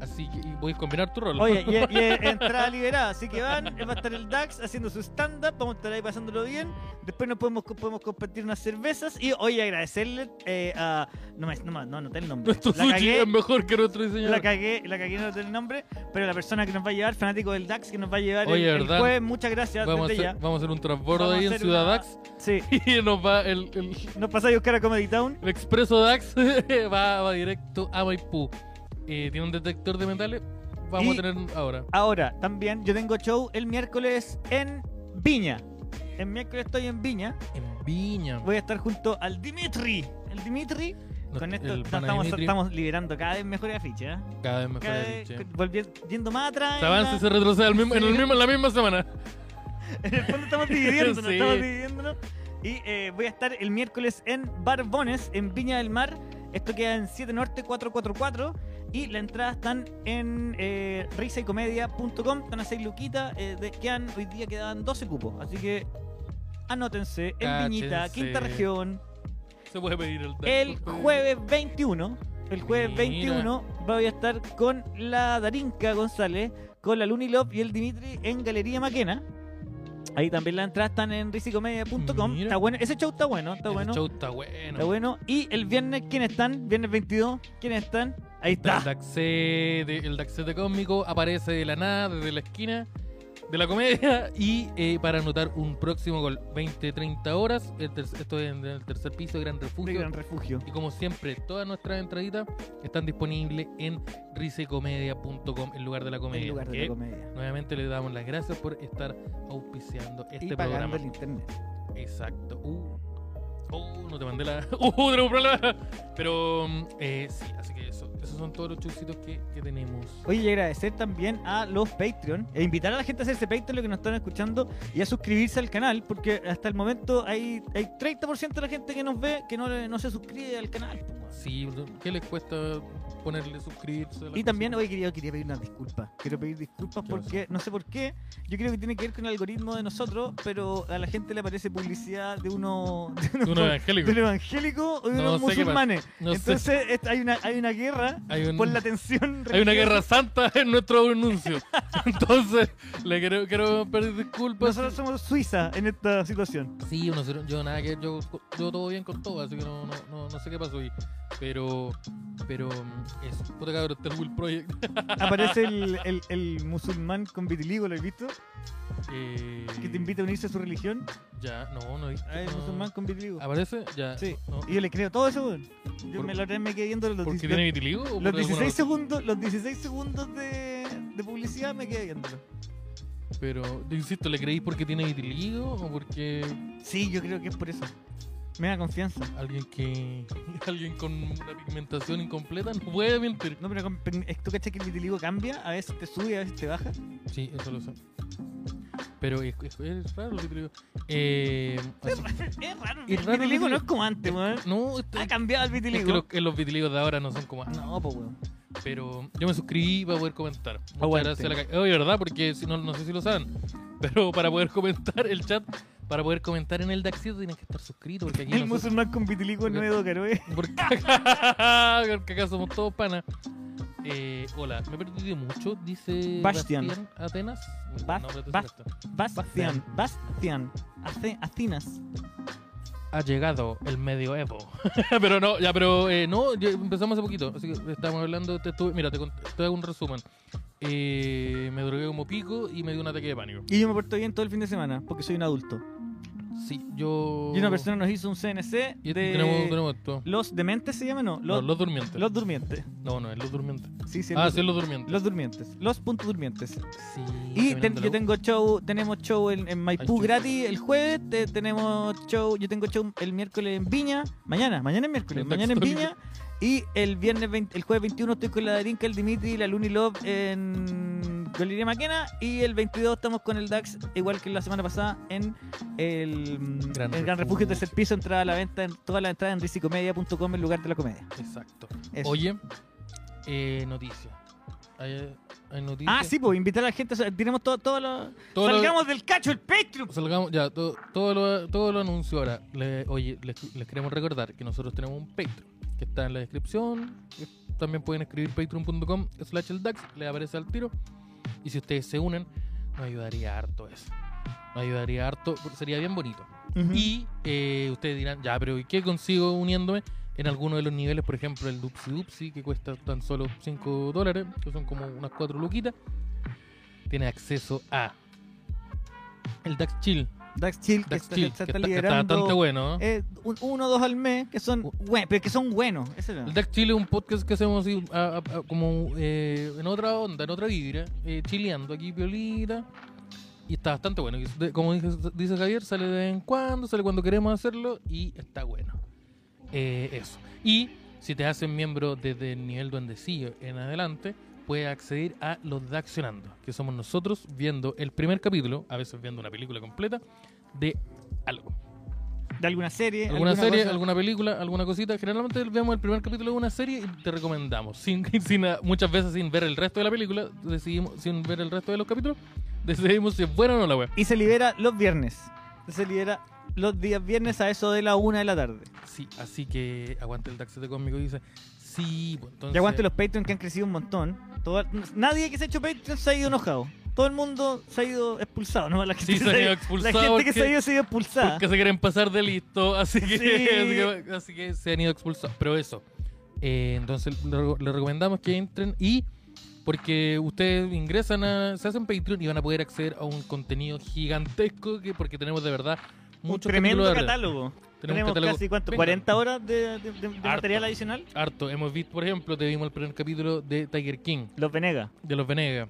A: Así que y voy a combinar tu rol.
B: Oye, y, y es entrada liberada, así que van, va a estar el DAX haciendo su stand-up, vamos a estar ahí pasándolo bien. Después nos podemos, podemos compartir unas cervezas y hoy agradecerle eh, a... No, me- no, me- no anoté el nombre.
A: Nuestro
B: La
A: sushi
B: cagué,
A: es mejor que nuestro diseñador.
B: La cagué, la cagué, no anoté el nombre, pero la persona que nos va a llevar, fanático del DAX, que nos va a llevar el-
A: Oye,
B: el,
A: ¿verdad?
B: jueves, muchas gracias
A: Vamos a,
B: desde
A: hacer,
B: ya.
A: vamos a hacer un transbordo
B: Vamos a
A: ahí en
B: hacer
A: Ciudad
B: una-
A: Dax
B: Sí,
A: y nos va el, el,
B: nos pasáis a buscar a Comedy Town.
A: el expreso Dax va, va directo a Maipú. Eh, Tiene un detector de metales. Vamos
B: Y-
A: a tener ahora.
B: Ahora, también yo tengo show el miércoles en Viña. El miércoles estoy en Viña.
A: En Viña.
B: Voy a estar junto al Dimitri. El Dimitri.
A: No,
B: Con esto
A: el
B: nos
A: pana
B: estamos,
A: Dimitri,
B: estamos liberando cada vez mejores afiches. ¿eh?
A: cada vez mejor.
B: Cada vez
A: afiche.
B: volviendo, yendo más atrás.
A: Se avanza y
B: en
A: se retrocede al mismo- en, el
B: Sí.
A: mismo, en la misma semana.
B: la- En el fondo estamos dividiéndonos.
A: Sí.
B: Estamos dividiéndonos. Y eh, voy a estar el miércoles en Barbones, en Viña del Mar. Esto queda en 7 Norte 444. Y la entrada están en eh, risaycomedia.com. Están a 6 luquitas. eh, de- quedan, hoy día quedan 12 cupos. Así que anótense en Viñita,
A: Cáchense.
B: quinta región,
A: Se puede pedir el dax.
B: el
A: por favor.
B: jueves 21. El jueves
A: Mira.
B: 21 voy a estar con la Darinka González, con la Luni Love y el Dimitri en Galería Maquena. Ahí también las entradas están en risicomedia.com.
A: Mira.
B: Está bueno, ese show está bueno, está
A: Ese
B: bueno.
A: show está bueno.
B: Está bueno. Y el viernes, ¿quiénes están? Viernes 22, ¿quiénes están? Ahí
A: Está El
B: está.
A: Daxete, el Daxete cósmico aparece de la nada, desde la esquina de la comedia. Y eh, para anotar un próximo gol, 20-30 horas. El ter- esto es en el tercer piso, Gran
B: De
A: Refugio.
B: Gran Refugio.
A: Y como siempre, todas nuestras entraditas están disponibles en risecomedia.com, el lugar de la comedia. ¿eh?
B: El lugar de
A: que
B: la comedia.
A: Nuevamente le damos las gracias por estar auspiciando este
B: y pagando
A: programa.
B: el internet.
A: Exacto. Uh. Oh, no te mandé la. Uh, tenemos problema. Pero mm, eh, sí, así que eso. Esos son todos los chusitos que, que tenemos.
B: Oye, y agradecer también a los Patreon e invitar a la gente a hacerse Patreon, los que nos están escuchando, y a suscribirse al canal, porque hasta el momento hay, hay 30% de la gente que nos ve que no, le- no se suscribe al canal. po, weón.
A: Sí, ¿qué les cuesta ponerle suscribirse? a la
B: Y también,
A: cosa?
B: hoy quería, quería pedir unas disculpas. Quiero pedir disculpas
A: ¿Qué
B: porque, no sé por qué, yo creo que tiene que ver con el algoritmo de nosotros, pero a la gente le aparece publicidad de uno, de uno-
A: Uno evangélico.
B: de un evangélico o de
A: No sé
B: unos
A: qué pasa.
B: musulmanes.
A: No sé.
B: Entonces es- hay, una, hay una guerra
A: Hay, un-
B: por la tensión
A: hay una
B: religiosa.
A: guerra santa en nuestro anuncio. Entonces, le quiero, quiero pedir disculpas.
B: Nosotros somos Suiza en esta situación.
A: Sí, uno cero- yo nada que yo, yo todo bien con todo, así que no, no, no, no sé qué pasó ahí. Pero, pero mm, eso, puta cabrón, está el Will Project.
B: Aparece el, el- el musulmán con vitiligo, ¿lo has visto?
A: Eh,
B: Que te invita a unirse a su religión.
A: Ya, no, no he visto,
B: Ah, El
A: no.
B: musulmán con vitiligo.
A: ¿Aparece? Ya.
B: Sí.
A: no.
B: Y yo le creo todo eso, weón. Yo
A: Por-
B: me la otra vez me quedé viendo los,
A: ¿Por
B: 10
A: qué tiene vitiligo? ¿O
B: los
A: por alguna
B: 16
A: razón?
B: segundos, los 16 segundos de, de publicidad me quedé viendo.
A: Pero, yo insisto, ¿le creí porque tiene vitiligo o porque
B: Sí, yo creo que es por eso. Me da confianza.
A: alguien que. alguien con una pigmentación incompleta no puede mentir?
B: No, pero con- tú cachas que el vitiligo cambia, a veces te sube, a veces te baja.
A: Sí, eso lo sé. Pero es, es- es raro el vitiligo. Eh, así-
B: Es raro,
A: Es
B: el
A: raro el
B: vitiligo no es
A: vitiligo.
B: como antes, weón.
A: no, esto-
B: Ha
A: es
B: cambiado el
A: que
B: Ah, vitiligo.
A: los, eh, los vitiligos de ahora no son como. antes.
B: No, pues weón.
A: Pero yo me suscribí para poder comentar. Muchas
B: Aguante.
A: gracias a la ca- Oye, ¿verdad? Porque si no, no sé si lo saben. Pero para poder comentar el chat, para poder comentar en el Daxito tienes que estar suscrito. Porque aquí
B: El
A: nosotros-
B: musulmán con vitiligo no es Edo Caroe.
A: Porque acá, porque acá somos todos panas. Eh, hola, me he perdido mucho, dice
B: Bastian.
A: Atenas.
B: Bas-
A: No, pero
B: Bas-
A: esto.
B: Bastian, Bastian, Ace- Atenas.
A: ha llegado el medioevo. pero no, ya, pero eh, no, ya empezamos hace poquito. Así que estábamos hablando, te estuve- mira, te, cont- te hago un resumen. Eh, me drogué como pico y me dio un ataque de pánico.
B: Y yo me porto bien todo el fin de semana porque soy un adulto.
A: Sí, yo...
B: Y una persona nos hizo un CNC
A: Oh. Y
B: de
A: tenemos, tenemos esto.
B: los dementes se llama no,
A: No,
B: los,
A: los durmientes.
B: los durmientes.
A: No, no, es los durmientes.
B: Sí, sí,
A: Ah,
B: los,
A: sí, los durmientes.
B: los durmientes, los puntos durmientes.
A: Sí,
B: Y
A: caminando
B: ten-
A: la
B: yo
A: U.
B: tengo show, tenemos show en, en
A: Ay,
B: Maipú
A: chucha.
B: gratis el jueves, te- tenemos show, yo tengo show el miércoles en Viña, mañana, mañana es miércoles,
A: El
B: mañana en
A: Daxton.
B: Viña y el viernes 20 el jueves 21 estoy con la Darinka, el Dimitri, la Luni Love en Galería Maquena y el 22 estamos con el Dax igual que la semana pasada en el mm,
A: Gran
B: el Gran
A: Refugio.
B: Refugio tercer piso, entrada a la venta en todas las entradas en risicomedia.com el lugar de la comedia.
A: Exacto.
B: Eso.
A: Oye, eh, noticias. Hay, hay noticias.
B: Ah, sí, pues invitar a la gente, o sea, tiremos todo, todo lo-
A: Todo lo-
B: Salgamos del cacho, el Patreon.
A: salgamos- ya, todo, todo lo, todo lo anuncio ahora. Le- oye, les, les queremos recordar que nosotros tenemos un Patreon que está en la descripción. También pueden escribir patreon.com slash el DAX, les aparece al tiro. Y si ustedes se unen, nos ayudaría harto eso. Nos ayudaría harto, porque sería bien bonito.
B: Ujú.
A: Y eh, ustedes dirán, ya, pero ¿y qué consigo uniéndome? En alguno de los niveles, por ejemplo, el Dupsi Dupsi, que cuesta tan solo 5 dólares, que son como unas 4 luquitas, tiene acceso a el Dax Chill.
B: Dax Chill, que
A: Dax
B: está,
A: Chill, que está,
B: está- está
A: que está
B: liderando
A: bastante bueno. ¿no?
B: eh, un- uno o dos al mes, que son, buen- pero que son buenos. ese era.
A: El Dax Chill es un podcast que hacemos así, a- a- a- como eh, en otra onda, en otra vibra, eh, chileando aquí, violita. Y está bastante bueno. Y de- Como dije- dice Javier, sale de vez en cuando, sale cuando queremos hacerlo y está bueno. Eh, eso. Y si te hacen miembro desde el nivel duendecillo en adelante, puedes acceder a los Daccionando, que somos nosotros viendo el primer capítulo, a veces viendo una película completa, de algo.
B: De alguna serie.
A: ¿Alguna, serie,
B: cosa.
A: alguna película, alguna cosita? Generalmente vemos el primer capítulo de una serie y te recomendamos. Sin, sin, muchas veces sin ver el resto de la película, decidimos, sin ver el resto de los capítulos, decidimos si es buena o no la web.
B: Y se libera los viernes. Se libera los días viernes a eso de la una de la tarde.
A: Sí, así que aguante el taxete conmigo y dice, sí, pues, entonces...
B: Y aguante los Patreon que han crecido un montón. Todo- nadie que se ha hecho Patreon se ha ido enojado. Todo el mundo se ha ido expulsado, ¿no? La
A: Sí,
B: gente,
A: se ha ido expulsado
B: La gente que
A: porque-
B: se ha ido se ha ido expulsada.
A: Porque se quieren pasar de listo, así que,
B: Sí.
A: así que, así que se han ido expulsados. Pero eso, eh, entonces le, le recomendamos que entren y porque ustedes ingresan a, se hacen Patreon y van a poder acceder a un contenido gigantesco que porque tenemos de verdad
B: Un
A: mucho
B: tremendo catálogo.
A: Tenemos
B: Tenemos,
A: un catálogo.
B: casi, ¿cuánto?
A: Venga.
B: ¿40 horas de, de- de- de material adicional?
A: harto. Hemos visto, por ejemplo, te vimos el primer capítulo de Tiger King,
B: Los Venegas,
A: de Los Venegas,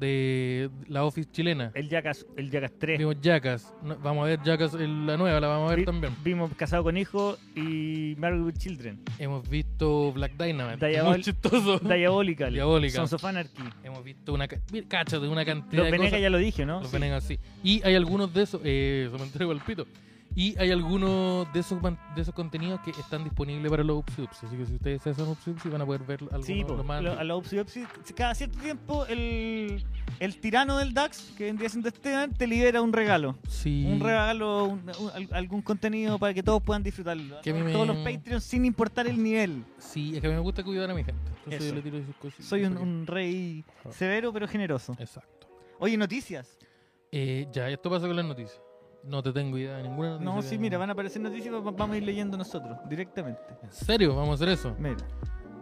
A: de la Office chilena.
B: el Jackass, el Jackass 3.
A: Vimos Jackass. No, vamos a ver Jackass, el- la nueva, la vamos a ver
B: Vi-
A: también.
B: Vimos Casado con Hijo y Married with Children.
A: Hemos visto Black Dynamite.
B: Diabol-
A: Muy chistoso.
B: Diabolical.
A: Diabolical.
B: Sons of Anarchy.
A: Hemos visto una, ca- mira, cáchate, una cantidad
B: Los
A: de
B: Venegas
A: cosas.
B: ya lo dije, ¿no?
A: Los
B: Sí.
A: Venegas, sí. Y hay algunos de esos, eh, se me entrego el pito. Y hay algunos de esos man- de esos contenidos que están disponibles para los Upsiups. Así que si ustedes se hacen Upsiups van a poder ver algunos
B: Sí, po,
A: los más
B: lo- a
A: antiguos.
B: los Upsi Upsi, cada cierto tiempo el, el tirano del DAX, que vendría siendo Esteban, te libera un regalo.
A: Sí.
B: Un regalo, un- un- al- algún contenido para que todos puedan disfrutarlo.
A: Que a mí me-
B: Todos los Patreons sin importar el nivel.
A: Sí, es que a mí me gusta cuidar a mi gente. Entonces
B: Eso.
A: yo le tiro sus cositas.
B: Soy un,
A: porque-
B: un rey
A: Ah.
B: severo pero generoso.
A: Exacto.
B: Oye, noticias.
A: Eh, ya, esto pasa con las noticias. No te tengo idea de ninguna noticia.
B: No, sí,
A: que-
B: mira, van a aparecer noticias, va- vamos a ir leyendo nosotros directamente.
A: ¿En serio? ¿Vamos a hacer eso?
B: Mira,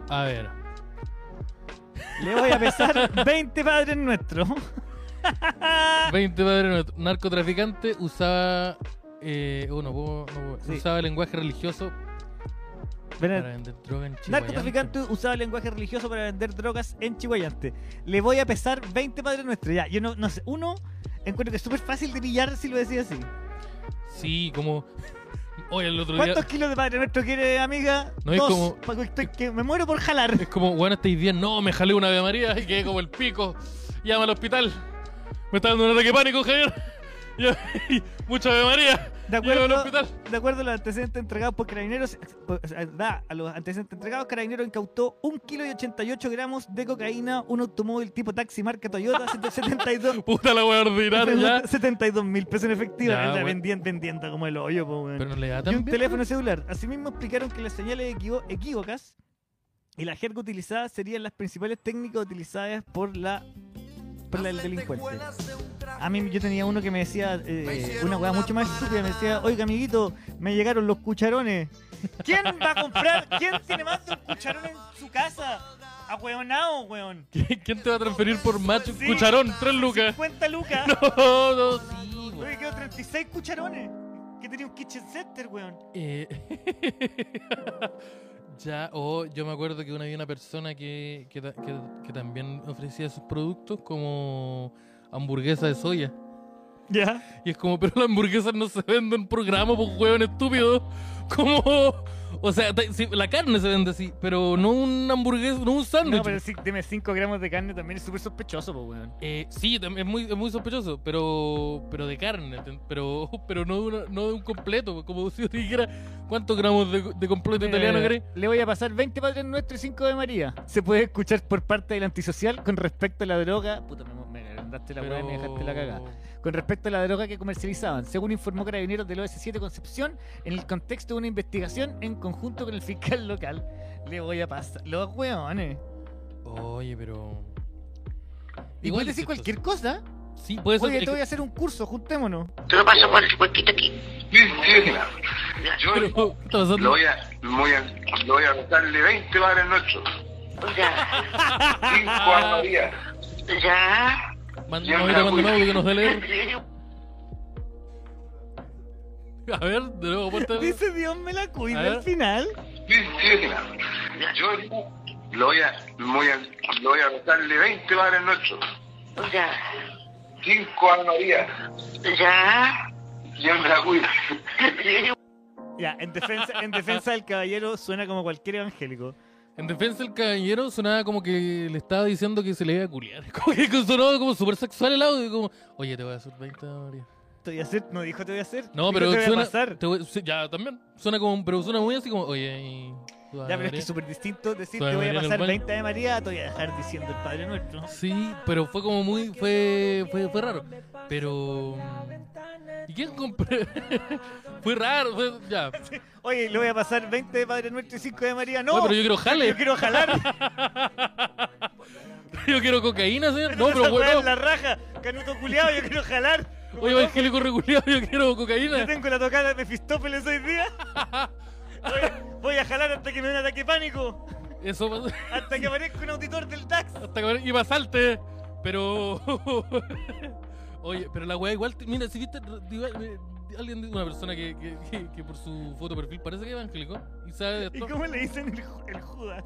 A: A ver.
B: le voy a pesar 20 padres nuestros.
A: 20 padres nuestros. narcotraficante usaba eh, oh, no puedo- no puedo-
B: Sí.
A: usaba lenguaje religioso
B: Ven a-
A: para vender droga en Chihuahua.
B: Narcotraficante usaba el lenguaje religioso para vender drogas en Chihuayante. Le voy a pesar 20 padres nuestros. Ya, yo no, no sé. Uno, encuentro que es súper fácil de pillar si lo decía así.
A: Sí, como hoy el otro día
B: ¿Cuántos kilos de padre nuestro quiere, amiga?
A: No, es
B: Dos.
A: como-
B: Paco, estoy- que me muero por jalar.
A: es como bueno, este día no, me jalé una Ave María y quedé como el pico. Llama al hospital. Me está dando un ataque de pánico, Javier. Y- Mucha Ave María.
B: De
A: Llévame al
B: acuerdo,
A: hospital.
B: de acuerdo a los antecedentes entregados por carabineros, o sea, da, a los antecedentes entregados, carabineros incautó 1 kilo y 88 gramos de cocaína, un automóvil tipo taxi marca Toyota 72
A: Puta la wea ordinaria.
B: 72 mil pesos en efectivo.
A: Ya,
B: La
A: bueno.
B: vendían, vendiendo como el hoyo, po, weón.
A: Pero no le da
B: Y
A: tan
B: un
A: bien.
B: teléfono celular. Asimismo explicaron que las señales equivo- equívocas y la jerga utilizada serían las principales técnicas utilizadas por la por la- el delincuente. A mí yo tenía uno que me decía eh, una weá mucho más estúpida, me decía, oiga amiguito, me llegaron los cucharones. ¿Quién va a comprar? ¿Quién tiene más de un cucharón en su casa? A weonao, weón.
A: ¿Quién te va a transferir por macho?
B: Sí.
A: Cucharón, tres lucas.
B: 50 lucas.
A: No, no, sí,
B: Oye,
A: güey.
B: quedó 36 cucharones. Que tenía un kitchen center, weón.
A: Eh, ya, o yo me acuerdo que una había una persona que, que, ta- que- que también ofrecía sus productos como hamburguesa de soya.
B: Ya.
A: Y es como, pero las hamburguesas no se venden por gramo, por hueón estúpido. Como, o sea, ta- sí, la carne se vende así, pero no un hamburguesa, no un sándwich.
B: No, pero sí, dime 5 gramos de carne también es súper sospechoso, po, weón.
A: Eh, sí, tam- es muy, es muy sospechoso, pero pero de carne, ten- pero pero no de, una- no de un completo, como si yo te dijera cuántos gramos de, de completo italiano querés.
B: Eh, Le voy a pasar 20 padres nuestros y 5 de María. Se puede escuchar por parte del antisocial con respecto a la droga. Puta, me, me agrandaste la weá y me dejaste la cagada. Con respecto a la droga que comercializaban, según informó Carabineros del OS7 Concepción, en el contexto de una investigación en conjunto con el fiscal local. Le voy a pasar. Los weones.
A: Oye, pero
B: Y
A: Igual
B: puedes
A: es chistoso.
B: decir cualquier cosa.
A: sí, puede ser
B: Oye,
A: es
B: te
A: que-
B: voy a hacer un curso, juntémonos.
C: Te lo paso por, por aquí. Yo
A: pero, ¿qué está pasando?
C: lo voy a, voy a, le voy a darle 20 padres nuestros.
D: Ya,
C: 5 a María.
D: ya.
A: Man-
C: Ya,
A: ahorita mando un
C: güey.
A: audio que nos dé leer. A ver, de nuevo ponte el-
B: Dice Dios me la
A: A
B: cuida
A: ver.
B: al final.
C: Yo lo voy a, voy a, le voy a darle 20 padres nuestros.
D: Ya,
C: 5 a María.
D: ya.
C: Dios me la cuida.
B: Ya, en defensa, en defensa del caballero suena como cualquier evangélico.
A: En defensa del caballero sonaba como que le estaba diciendo que se le iba a culiar. Como que sonaba como súper sexual el audio, como, "Oye, te voy a hacer 20 María."
B: Te voy a hacer, no dijo te voy a hacer.
A: No,
B: dijo,
A: pero
B: te voy
A: suena.
B: a pasar.
A: te voy- sí, ya, también. Suena como. Pero suena muy así como. Oye, y.
B: Ya, pero es que es súper distinto decir
A: Suave
B: te voy a
A: María
B: pasar
A: normal.
B: 20 de María, te voy a dejar diciendo el Padre Nuestro.
A: Sí, pero fue como muy. Fue, fue, fue raro. Pero. ¿Y quién compró? fue raro, fue- ya.
B: Oye, le voy a pasar 20 de Padre Nuestro y 5 de María. No,
A: Oye, pero yo quiero jale.
B: yo quiero jalar.
A: Yo quiero cocaína, señor. No, pero
B: Esa weá es
A: bueno.
B: la raja. Canuto culiado, yo quiero jalar.
A: Oye, evangélico reculeado, yo quiero
B: Yo
A: cocaína.
B: tengo la tocada de Mefistófeles hoy día. Voy a, voy a jalar hasta que me dé un ataque de pánico.
A: Eso pasa.
B: Hasta que aparezca un auditor del DAX.
A: Hasta que y basalte. Pero. Oye, pero la weá igual. te- Mira, si viste. igual, eh, Alguien, una persona que, que, que- que por su foto de perfil parece que es evangélico y sabe de
B: ¿Y
A: esto.
B: cómo le dicen el, Ju- el Judas?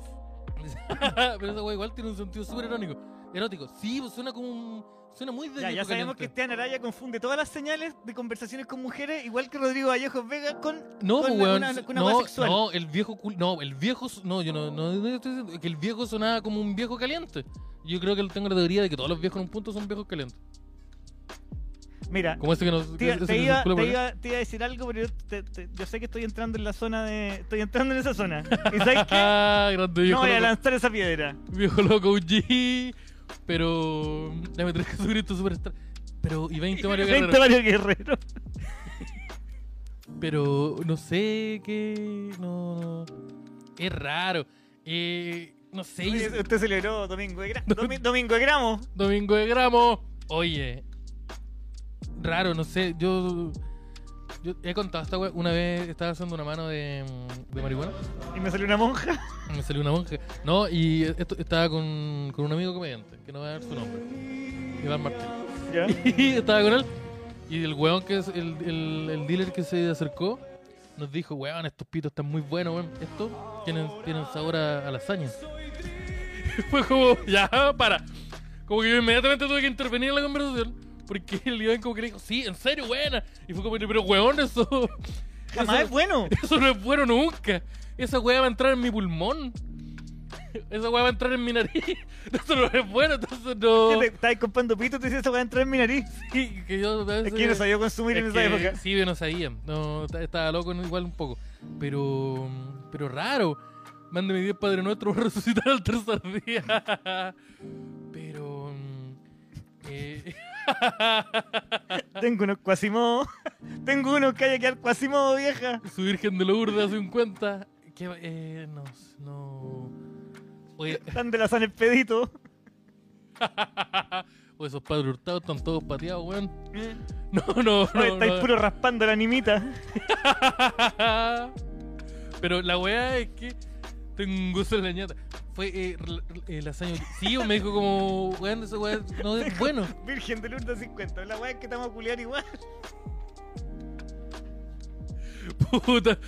A: pero esa weá igual tiene un sentido súper erótico. Erótico. Sí, pues suena como un. Suena muy de.
B: Ya, ya
A: viejo
B: sabemos que este
A: caliente.
B: Esteban Araya confunde todas las señales de conversaciones con mujeres, igual que Rodrigo Vallejos Vega con,
A: No,
B: con
A: pues,
B: una,
A: weón.
B: una- con una weá
A: no,
B: sexual.
A: no, el viejo cul- No, el viejo. su- No, yo no, no, no estoy diciendo- Que el viejo sonaba como un viejo caliente. Yo creo que tengo la teoría de que todos los viejos en un punto son viejos calientes.
B: Mira,
A: Como ese que nos.
B: te, iba-
A: ese
B: te
A: que
B: iba,
A: circula por
B: te
A: acá.
B: iba- te iba a decir algo, pero yo, te- te- yo sé que estoy entrando en la zona de... Estoy entrando en esa zona. ¿Y sabes qué?
A: Ah, grande
B: No
A: viejo.
B: voy a
A: loco.
B: lanzar esa piedra.
A: Viejo loco UG. Pero. Ya me traes Jesucristo Superstar. Pero. Y 20 Mario
B: 20
A: Guerrero.
B: Mario Guerrero.
A: Pero. No sé qué. No. Es raro. Eh, no sé. yo-
B: Oye, Usted celebró Domingo de, Gra- Domi- Domingo de Gramo.
A: Domingo de Gramo. Oye. Raro, no sé. Yo. Yo he contado esta wea. Una vez estaba haciendo una mano de, de marihuana.
B: Y me salió una monja.
A: Me salió una monja. No, y esto, estaba con, con un amigo comediante, que no voy a dar su nombre. Iván Martín.
B: Ya.
A: Y estaba con él. Y el weón que es el, el- el dealer que se acercó nos dijo, weón, estos pitos están muy buenos, weón. Estos tienen, tienen sabor a, a lasaña. Fue como, ya, para. Como que yo inmediatamente tuve que intervenir en la conversación. Porque el Iván como que le dijo, sí, en serio, buena. Y fue como, pero weón, eso,
B: Jamás es bueno.
A: eso no es bueno nunca. Esa weá va a entrar en mi pulmón. Esa weá va a entrar en mi nariz. Eso no es bueno, entonces
B: Que
A: no.
B: te estabas comprando pito y te dices, esa va a entrar en mi nariz.
A: Sí, que yo a
B: Es
A: veces-
B: que no sabía consumir en
A: es
B: esa
A: que
B: época.
A: Sí, yo no sabía. No, ta- estaba loco igual un poco. Pero. Pero raro. Mándeme 10 Padre Nuestro para resucitar al tercer día. Pero. mm, eh,
B: Tengo unos cuasimodos. Tengo unos que hay que dar cuasimodo, vieja.
A: su Virgen de Lourdes a 50. Que, eh, no, no. Oye,
B: Están de la San Expedito.
A: o esos padres hurtados están todos pateados, weón. No, no, no.
B: Oye, estáis
A: no.
B: puro raspando la nimita.
A: Pero la weá es que tengo un gusto en la ñata. Fue eh, la- eh, lasaña. Sí, o me dijo como, weón, esa weá no es bueno.
B: Virgen de Lourdes 50. La weá es que estamos a culiar igual.
A: Puta.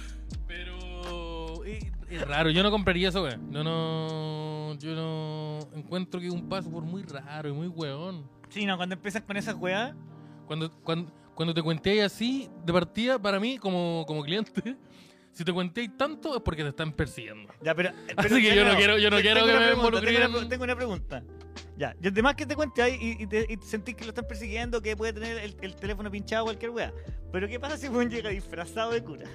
A: Pero eh, es raro, yo no compraría esa weá. No, no. Yo no encuentro que es un paso por muy raro y muy weón.
B: Sí, no, cuando empiezas con esas weá.
A: Cuando, cuando, cuando te cuenteáis así, de partida, para mí, como, como cliente, si te cuenteáis tanto es porque te están persiguiendo.
B: Ya, pero.
A: Así que
B: ya,
A: yo no
B: no.
A: quiero- yo no
B: Te-
A: quiero
B: tengo
A: que
B: una
A: me
B: pregunta,
A: involucren.
B: Tengo una, pre- tengo una pregunta. Ya, y además que te cuente ahí y, y te, y sentís que lo están persiguiendo, que puede tener el, el teléfono pinchado o cualquier weá. Pero ¿qué pasa si un llega disfrazado de cura?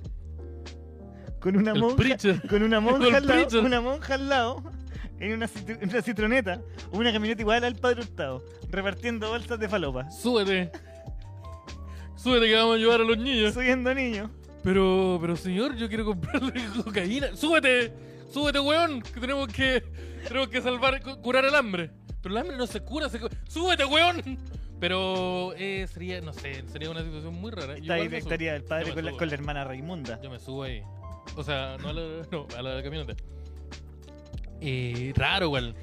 B: Con una
A: El
B: monja.
A: preacher.
B: Con una
A: Con
B: monja al lado.
A: preacher.
B: Una monja al lado. En una, citro- en una citroneta. O una camioneta igual al padre Hurtado. Repartiendo bolsas de falopa.
A: Súbete. Súbete que vamos a ayudar a los niños.
B: Subiendo niños.
A: Pero, pero señor, yo quiero comprarle cocaína. ¡Súbete! ¡Súbete, weón! Que tenemos que, tenemos que salvar, cu- curar el hambre. Pero el hambre no se cura, se cu- ¡Súbete, weón! Pero eh, sería, no sé, sería una situación muy rara. Yo
B: Está ahí
A: igual me subo.
B: estaría el
A: Yo
B: padre
A: me
B: con la,
A: subo.
B: con la hermana Raimunda.
A: Yo me subo ahí. O sea, no a la, no, a la camioneta. Eh, raro, weón.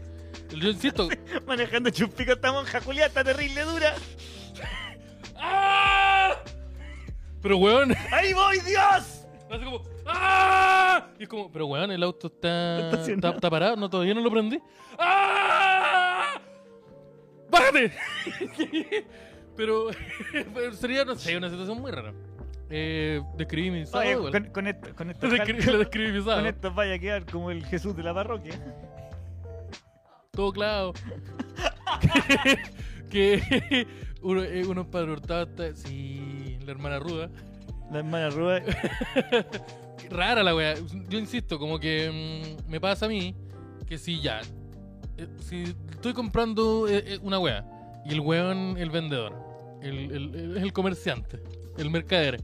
A: Yo insisto.
B: Manejando chupico esta monja culiada, está terrible dura.
A: ¡Ah! Pero, weón.
B: ¡Ahí voy, Dios!
A: Hace como ¡Ah! Y es como, pero weón, el auto está, está,
B: Estacionado.
A: está parado, no, todavía no lo prendí. ¡Ah! ¡Bájate! pero, pero sería, no sé, una situación muy rara. Eh, describí mi sábado
B: Oye,
A: igual.
B: con, con esto, con esto,
A: Descri- le describí mi
B: con
A: sábado.
B: esto vaya a quedar como el Jesús de la parroquia.
A: Todo claro. que que uno, eh, unos padres hurtados, está- sí, la hermana ruda.
B: La hermana Rúa.
A: rara la wea. Yo insisto, como que mm, me pasa a mí que si ya. eh, si estoy comprando eh, eh, una wea y el weón, el vendedor, el, el- el- el comerciante, el mercader.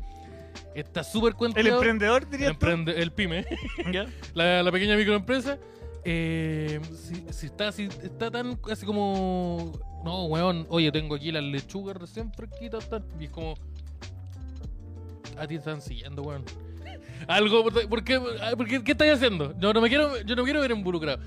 A: Está súper
B: El
A: cuenteado.
B: emprendedor,
A: el,
B: diría tú.
A: emprende- el pyme,
B: ¿Ya?
A: la, la pequeña microempresa. eh, si, si está así, está tan así como. No, weón, oye, tengo aquí las lechugas recién fresquitas. tal", Y es como. A ti te están siguiendo, weón. Algo, ¿por por qué, ah, por qué, qué estás haciendo? No, no me quiero, yo no quiero ver involucrado.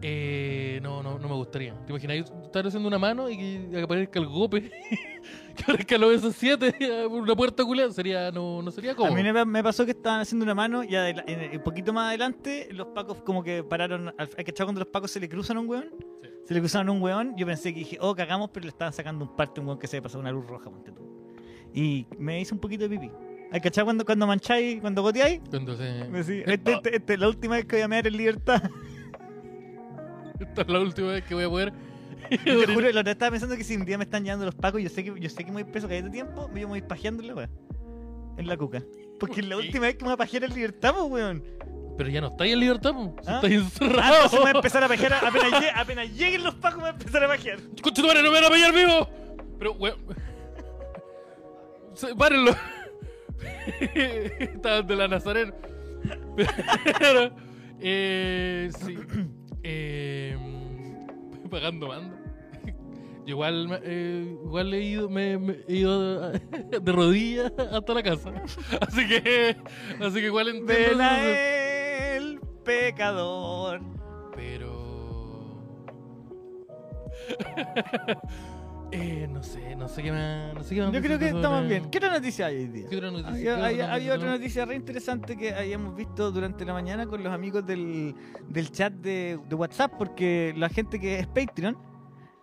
A: Eh, no, no, no me gustaría. ¿Te imaginas estar haciendo una mano y que aparezca el gope? que aparezca el OS7 por una puerta culiada. Sería, no, no sería como.
B: A mí me, me pasó que estaban haciendo una mano y adela- en- un poquito más adelante los pacos como que pararon. al- ¿Hay cachado cuando los pacos se le cruzan a un weón?
A: Sí.
B: Se le cruzaron a un weón. Yo pensé que dije, oh, cagamos, pero le estaban sacando un parte a un weón que se le pasó una luz roja, ponte tú. Y me hice un poquito de pipí. ¿Hay cachado cuando, cuando mancháis, cuando goteáis?
A: Cuando se-
B: Me decís, este, este- este es la última vez que voy a mear en libertad.
A: Esta es la última vez que voy a poder.
B: Yo te juro, la otra estaba pensando que si un día me están llevando los pacos, yo sé que yo sé que me voy preso cada tiempo, me voy a ir pajeando en la wea. En la cuca. Porque es la
A: ¿Por qué?
B: última vez que me voy a pajear en libertad, pues, weón.
A: Pero ya no estáis en libertad, po. Si
B: ¿Ah?
A: estáis
B: Ah, no,
A: encerrados.
B: se me va a empezar a pajear. Apenas, llegue- apenas lleguen los pacos, me va a empezar a pajear.
A: ¡Concha tu madre, no me van a pillar vivo! Pero, weón. Se- Párenlo. Estaban de la Nazareno. Pero, eh, sí. Eh, pagando mando. Yo igual, me- eh, igual he ido, me, me- he ido a- de rodillas hasta la casa. Así que, así que igual entiendo.
B: Ven a
A: ese-
B: el pecador.
A: Pero. eh, no sé, no sé qué más. No sé qué más
B: Yo creo que
A: decirte
B: estamos
A: sobre-
B: bien. ¿Qué otra noticia hay hoy día?
A: ¿Qué otra noticia?
B: Había,
A: ¿Qué otra noticia
B: había- había otra
A: tenemos?
B: noticia re interesante que habíamos visto durante la mañana con los amigos del, del chat de, de WhatsApp, porque la gente que es Patreon,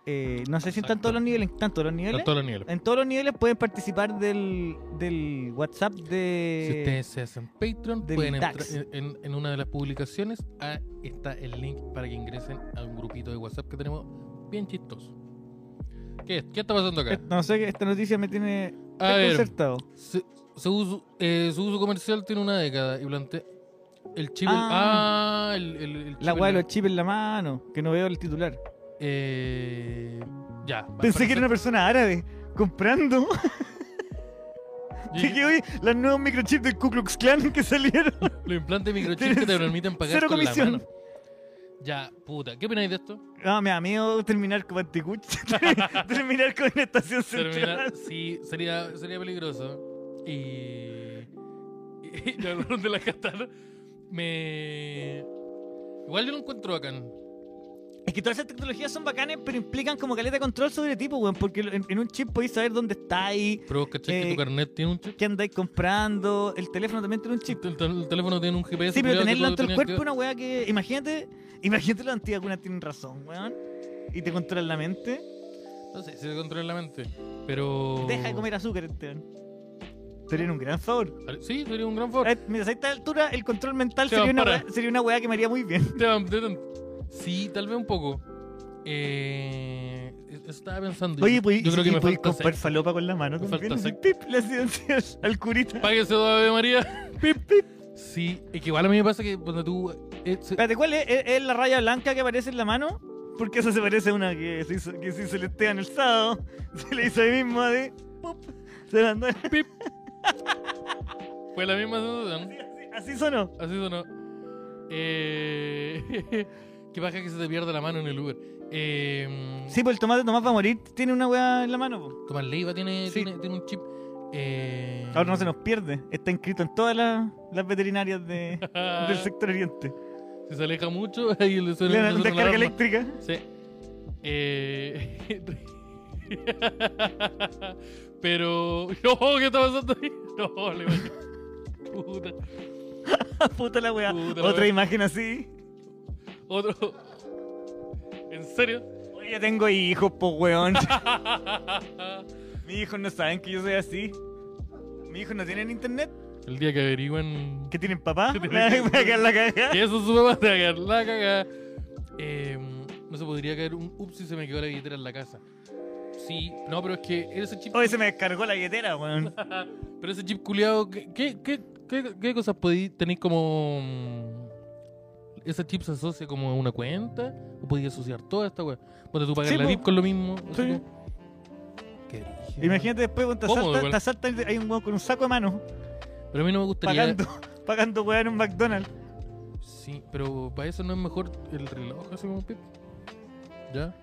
B: eh, no sé si en
A: Exacto.
B: tantos los niveles, en tantos los
A: A
B: niveles,
A: todos los niveles.
B: en todos los niveles pueden participar del, del WhatsApp
A: Si
B: de...
A: ustedes se hacen Patreon,
B: del
A: pueden entrar
B: DAX.
A: en, en- en una de las publicaciones. ah, está el link para que ingresen a un grupito de WhatsApp que tenemos bien chistoso. ¿Qué, es? ¿Qué está pasando acá?
B: Eh, No sé, esta noticia me tiene
A: A ver,
B: desconcertado.
A: se- su, uso, eh, su uso comercial tiene una década y plantea. El chip.
B: Ah.
A: Ah, el, el, el
B: La
A: chip-
B: weá de los chips en la mano, que no veo el titular.
A: Eh, ya. va,
B: Pensé que
A: perfecto.
B: era una persona árabe comprando. Dije, oye, los nuevos microchips del Ku Klux Klan que salieron.
A: Los implantes microchip que te permiten pagar
B: Cero
A: con
B: comisión.
A: la mano. Ya, puta. ¿Qué opináis de esto?
B: No, me da miedo terminar con Anticucha. terminar con una estación
A: Terminar,
B: central.
A: sí, sería, sería peligroso. Y... y ya hablaron de la katana. Me... Igual yo lo encuentro bacán.
B: Es que todas esas tecnologías son bacanes, pero implican como caleta de control sobre ti, pues, weón. Porque en, en un chip podéis saber dónde estáis,
A: Pero vos cachai que
B: Eh,
A: tu carnet tiene un chip.
B: qué andáis comprando. El teléfono también tiene un chip.
A: El, tel- el teléfono tiene un GPS.
B: Sí, pero
A: culiao que tú
B: tenerlo ante el
A: tenías
B: cuerpo es
A: que-
B: una weá que. Imagínate, imagínate los antivacunas tienen razón, weón. Y te controlan la mente.
A: No sé, se te controla la mente. Pero...
B: Deja de comer azúcar, este weón. Sería un gran favor.
A: Sí, sería un gran favor.
B: Eh, Mira, a esta altura el control mental
A: Esteban,
B: sería una,
A: para.
B: weá, sería una weá que me haría muy bien.
A: Esteban, detente. Sí, tal vez un poco. Eh, eso estaba pensando.
B: Oye,
A: Yo-
B: pues,
A: yo creo que me
B: podéis
A: falta
B: comprar
A: sexo.
B: falopa con la mano
A: Me
B: también.
A: falta
B: así, pip, le hacían así al curita.
A: Páguese dos Ave María. Pip, pip. Sí, es que igual a mí me pasa que cuando tú. eh, se-
B: Espérate, ¿cuál es? es? es la raya blanca que aparece en la mano? Porque esa se parece a una que se hizo, que se hizo el Esteban el sábado. Se le hizo ahí mismo de. pop, se la andó. Así,
A: fue la misma sensación.
B: así, así sonó.
A: Así sonó. Eh, qué paja que se te pierda la mano en el Uber. Eh,
B: Sí, pues el tomate Tomás va a morir. Tiene una weá en la mano. po.
A: Tomás Leiva tiene,
B: Sí.
A: tiene, tiene un chip. Eh,
B: Ahora no se nos pierde. Está inscrito en todas las, las veterinarias de- del sector oriente.
A: Si ah, se aleja mucho, ahí le
B: Le
A: suena, le suena
B: dan
A: la
B: descarga
A: alarma.
B: eléctrica.
A: Sí. Eh, Pero. No, ¿qué está pasando ahí? No, le vaya. Puta.
B: Ah, Puta la weá.
A: Puta la
B: Otra
A: weá.
B: imagen así.
A: Otro. ¿En serio?
B: Oye, ya tengo hijos, po weón. Mis hijos no saben que yo soy así. Mis hijos no tienen internet.
A: El día que averigüen.
B: Que tienen papá.
A: Que
B: Me
A: tienen-
B: van a cagar la cagada.
A: que eso su papá te va a cagar la cagada. Eh, no se podría caer un. Ups, si se me quedó la billetera en la casa. Sí, no, pero es que ese chip.
B: Oye, se me descargó la billetera, weón.
A: Pero ese chip culiado, ¿qué, qué, qué, qué- qué cosas podéis tener como. mm, ¿Ese chip se asocia como a una cuenta? ¿O podías asociar toda esta weá? Ponte tú pagar
B: Sí,
A: la
B: po.
A: DIP con lo mismo. así
B: Sí.
A: como- Qué brígido.
B: Imagínate después cuando te
A: Cómodo,
B: asaltan,
A: igual.
B: te asaltan y hay un weón con un saco de mano
A: Pero a mí no me gustaría.
B: pagando, pagando weón en un McDonald's.
A: Sí, pero para eso no es mejor el reloj, así como pip. ¿Ya?